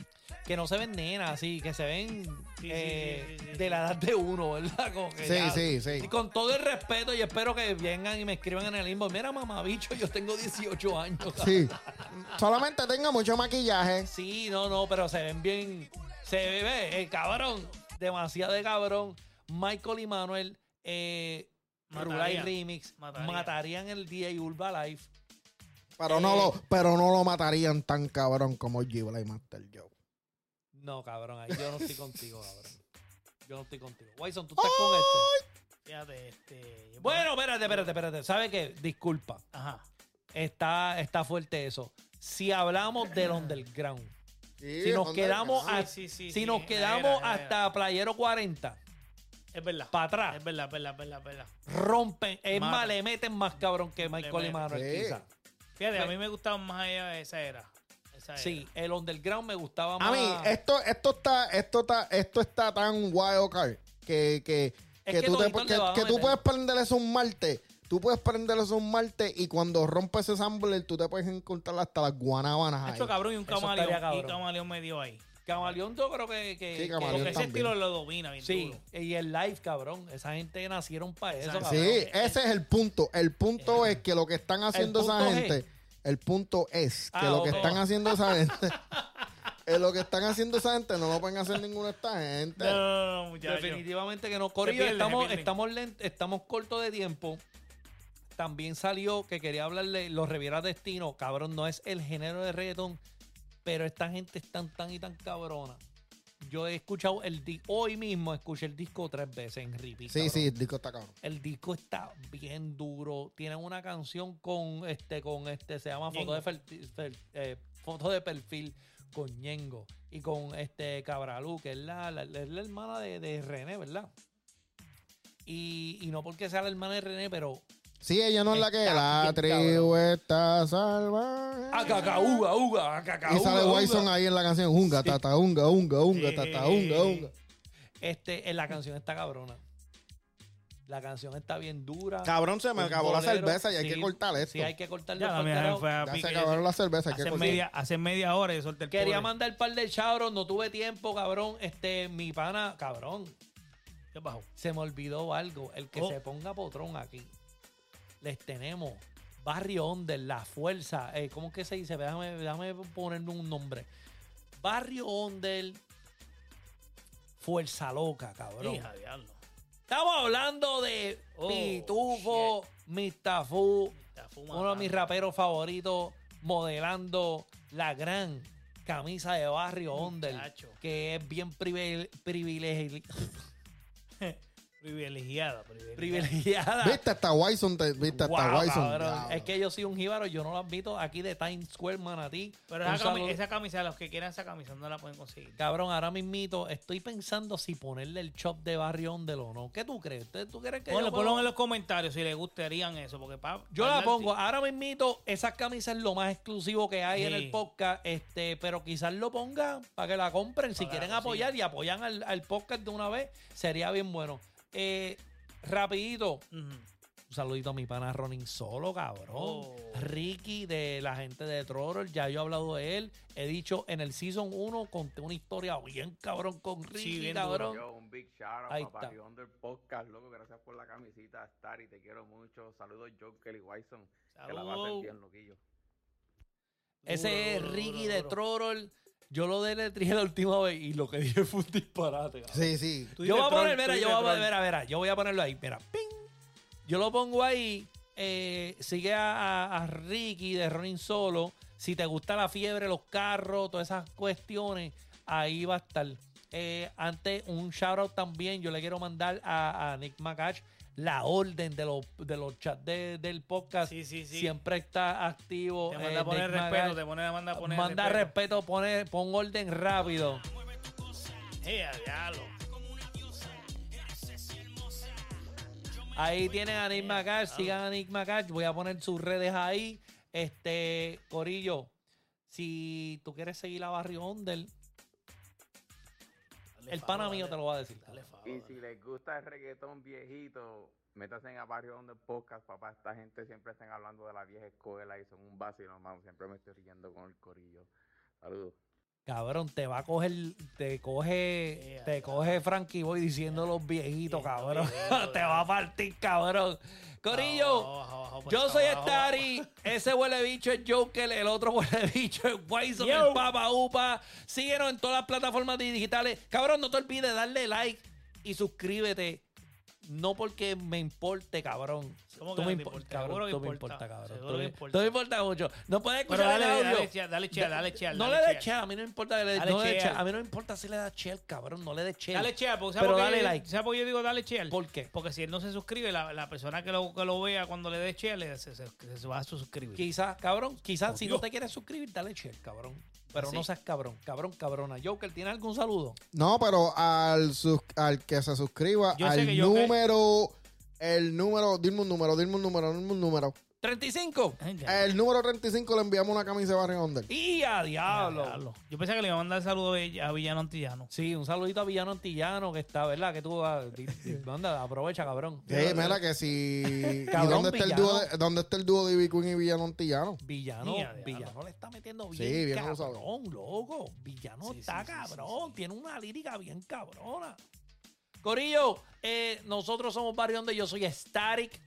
Que no se ven nenas, así, que se ven sí, eh, sí, sí, sí. de la edad de uno, ¿verdad? Como que Sí, ya- sí, sí. Y con todo el respeto, y espero que vengan y me escriban en el inbox. Mira, mamabicho, yo tengo 18 años. Sí. Solamente tenga mucho maquillaje. Sí, no, no, pero se ven bien. Se ve, ve, el cabrón. Demasiado de cabrón. Michael y Manuel, eh, Mataría. Rulay Remix, Mataría. matarían el día y Urba Life. Pero no lo, pero no lo matarían tan cabrón como G-Blay Master Joe. No, cabrón, ahí yo no estoy contigo, cabrón. Yo no estoy contigo. Wyson, tú estás con este. Fíjate, este. yo- Bueno, espérate, espérate, espérate. ¿Sabes qué? Disculpa. Ajá. Está, está fuerte eso. Si hablamos del underground, si nos quedamos, underground. a- Sí, sí, sí, si sí, nos era, quedamos era, era. hasta Playero 40, Es verdad. para atrás. Es verdad, es verdad, es verdad, es verdad. rompen, es Mata. más, le meten más cabrón que Michael y meten. Manuel, Sí. quizá. Fíjate, a mí me gustaba más allá de esa era. Esa era. Sí, el underground me gustaba más. A mí, esto, esto está, esto está, esto está tan wild card que, que, Es que que tú, te- todito le que- van a que tú meter. puedes prenderles un martes. Tú puedes prenderles un martes y cuando rompes ese sampler, tú te puedes encontrar hasta las guanábanas Hacho, ahí. cabrón y un Eso estaría camaleón. cabrón. Y un camaleón me dio ahí. Camaleón yo creo que... que- Sí, que- Camaleón Porque ese también. estilo lo domina bien Sí, duro. y el live, cabrón. Esa gente nacieron para eso, Exacto. cabrón. Sí, ese es el punto. El punto es que lo que están haciendo esa punto G. gente, el punto es que Ah, lo que ok. están haciendo (laughs) esa gente, es lo que están haciendo esa gente no lo pueden hacer ninguna de esta gente. No, no, no, muchacho. Definitivamente que no. Corillo, pierden, se estamos, pierden. estamos, lent- estamos cortos de tiempo. También salió que quería hablarle Los Reviera Destino. Cabrón, no es el género de reggaetón, pero esta gente es tan, tan y tan cabrona. Yo he escuchado el di- hoy mismo escuché el disco tres veces en repeat. Sí, cabrón. sí, el disco está cabrón. El disco está bien duro. Tienen una canción con este, con este, se llama Foto de, Ferti- Fer- eh, Foto de Perfil con Ñengo y con este Cabralú, que es la, la- la- es la hermana de, de René, ¿verdad? Y, y no porque sea la hermana de René, pero Sí, ella no es la que Está la bien Ah, tribu está salvaje. a uga, uga, acacauga, Y sale uga. Wyson ahí en la canción. Unga, tata, unga, unga, unga, tata, unga, unga. Este, eh, la canción está cabrona. La canción está bien dura. Cabrón, se me Un acabó la bolero. cerveza y hay Sí, que cortar esto. Sí, hay que cortarlo. Ya la mía fue a Ya pique, se acabaron las cervezas, hay que hace, cortar. media, hace media hora y yo solté el Quería cobre. mandar un par de chabros, no tuve tiempo, cabrón. Este, mi pana, cabrón, ¿Qué pasó? se me olvidó algo. El que Oh. se ponga potrón aquí. Les tenemos Barrio Onder, La Fuerza. eh, ¿Cómo que se dice? Déjame, déjame ponerme un nombre. Barrio Onder, Fuerza Loca, cabrón. Hija de diablo. Estamos hablando de Oh, Pitufo, Mistafú, Está fumando. uno de mis raperos favoritos, modelando la gran camisa de barrio Onder, Muchacho. que es bien privil- (laughs) privilegi- Privilegiada, privilegiada. privilegiada. Viste hasta Wyson, te- viste hasta Guau, Wyson. cabrón. Diablo. Es que yo soy un jíbaro, yo no lo admito aquí de Times Square, Manatí. Pero Un esa, cami- saludo. esa camisa, los que quieran esa camisa, no la pueden conseguir. Cabrón, ahora mismito estoy pensando si ponerle el chop de barrio Onder o no. ¿Qué tú crees? ¿Tú tú crees que Ponlo, yo puedo- ponlo en los comentarios si les gustarían eso, porque pa- Yo la hablar- pongo, ahora mismito, esas camisas es lo más exclusivo que hay en Sí. el podcast, este, pero quizás lo ponga para que la compren si Para que quieren la consigan. apoyar y apoyan al, al podcast de una vez, sería bien bueno. Eh, rapidito, Ujú. un saludito a mi pana Ronin Solo, cabrón. Oh. Ricky de la gente de Trotter, ya yo he hablado de él, he dicho en el Season 1 conté una historia bien cabrón con Ricky, bien duro. cabrón. Yo, un big shout out Ahí a está. Barry Under Podcast, loco. Gracias por la camisita, Star, y te quiero mucho. Saludos, John Kelly Wyson. Que la pasen Saludos. bien, loquillo. Ese Duro, es duro, Ricky duro, de duro. Trotter. Yo lo deletrié la última vez y lo que dije fue un disparate. cabrón. Sí, sí. Tú yo dices voy a poner, troll, tú mira, yo dices voy a poner, troll. mira, mira, yo voy a ponerlo ahí, mira, ping. Yo lo pongo ahí, eh, sigue a, a- a Ricky de Ronin Solo. Si te gusta la fiebre, los carros, todas esas cuestiones, ahí va a estar. Eh, antes, un shout out también, yo le quiero mandar a, a Nick Macach la orden de los, de los chats de- del podcast. Sí, sí, sí. Siempre está activo. Te eh, manda a poner Nick respeto, Macach. te pone, manda a poner Manda respeto. respeto, pone, pon orden rápido. Ea, diablo. Ahí tienen a Nick Macar, sigan a Nick Macar, voy a poner sus redes ahí. Este, Corillo, si tú quieres seguir a Barrio Onder, Dale el favor, pana dale- mío te lo va a decir. Dale favor, Y dale. si les gusta el reggaetón viejito, métanse en a Barrio Under Podcast, papá. Esta gente siempre están hablando de la vieja escuela y son un vacilón, mano. Siempre me estoy riendo con el corillo. Saludos. Cabrón, te va a coger, te coge, Yeah, te yeah. coge Frankie Boy diciendo los viejitos, Viejitos, cabrón. viejitos, (laughs) Te va a partir, cabrón. Corillo. Abajo, abajo, abajo, por Yo soy favor, abajo, abajo. Stari, ese huele bicho es Joker, el otro (laughs) huele bicho es Wison, Yo. el Papa Upa. Síguenos en todas las plataformas digitales. Cabrón, no te olvides darle like y suscríbete. No porque me importe, cabrón. ¿Cómo Tú que me no te impo- importa? Cabrón, Seguro que tú me importa. importa, cabrón. Seguro Tú que me- importa. tú me importa mucho. No puedes Pero escuchar dale, el audio. dale, share, dale share, dale share. no dale le share. des share, a mí no me importa. que le- Dale no le des share. share. A mí no me importa si le das share, cabrón. No le des share. Dale share, porque ¿sabes Pero por qué dale yo- like. ¿sabes por qué yo digo dale share? ¿Por qué? Porque si él no se suscribe, la, la persona que lo, que lo vea cuando le dé share le- se, se- se va a suscribir. Quizás, cabrón, quizás Por si no Dios. te quieres suscribir, dale share, cabrón. Pero Así. no seas cabrón, cabrón, cabrona. Joker, ¿tiene algún saludo? No, pero al, sus- al que se suscriba, Yo sé al que yo que- número, el número, dime un número, dime un número, dime un número. 35. Ay, ya, El número 35 le enviamos una camisa de Barrio Under. Y a diablo. diablo. Yo pensé que le iba a mandar saludo a Villano Antillano. Sí, un saludito a Villano Antillano, que está, ¿verdad? Que tú ah, di- (laughs) di- anda, aprovecha, cabrón. Sí, mira que si... ¿y Cabrón, dónde, está el villano. dúo de, ¿Dónde está el dúo de Ivy Queen y Villano Antillano? Villano, Mía, diablo. Villano le está metiendo Sí, bien, bien cabrón, abusado. loco. Villano Sí, sí, está sí, sí, cabrón, sí. tiene una lírica bien cabrona. Corillo, eh, nosotros somos Barrio Donde yo soy Static.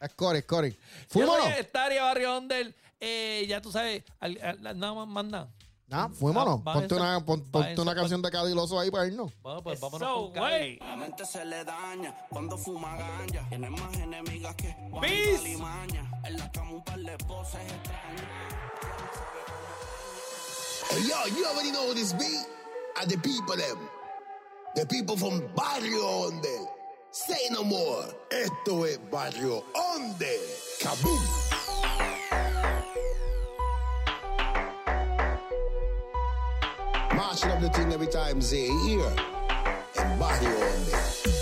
Es Cory, es Cory. Yo ¡Fúmalo! soy Estaria Barrio Onder. Eh, ya tú sabes, al- al- nada más, más nada. Nah, fuémonos. Ah, va ponte esa- una, pon- va ponte esa- una canción de Cadiloso ahí para irnos. Bueno, pues vámonos So, con Cali. güey. La mente se le daña cuando fuma ganja. Tiene más enemigas que Juanita Peace. Limaña. En la cama un par de poses extrañas. Hey, yo, you already know this beat? Are the people them. The people from Barrio Onde. Say no more. Esto es Barrio Onde. Kaboom. Mashing up the thing every time they hear. And Barrio Onde.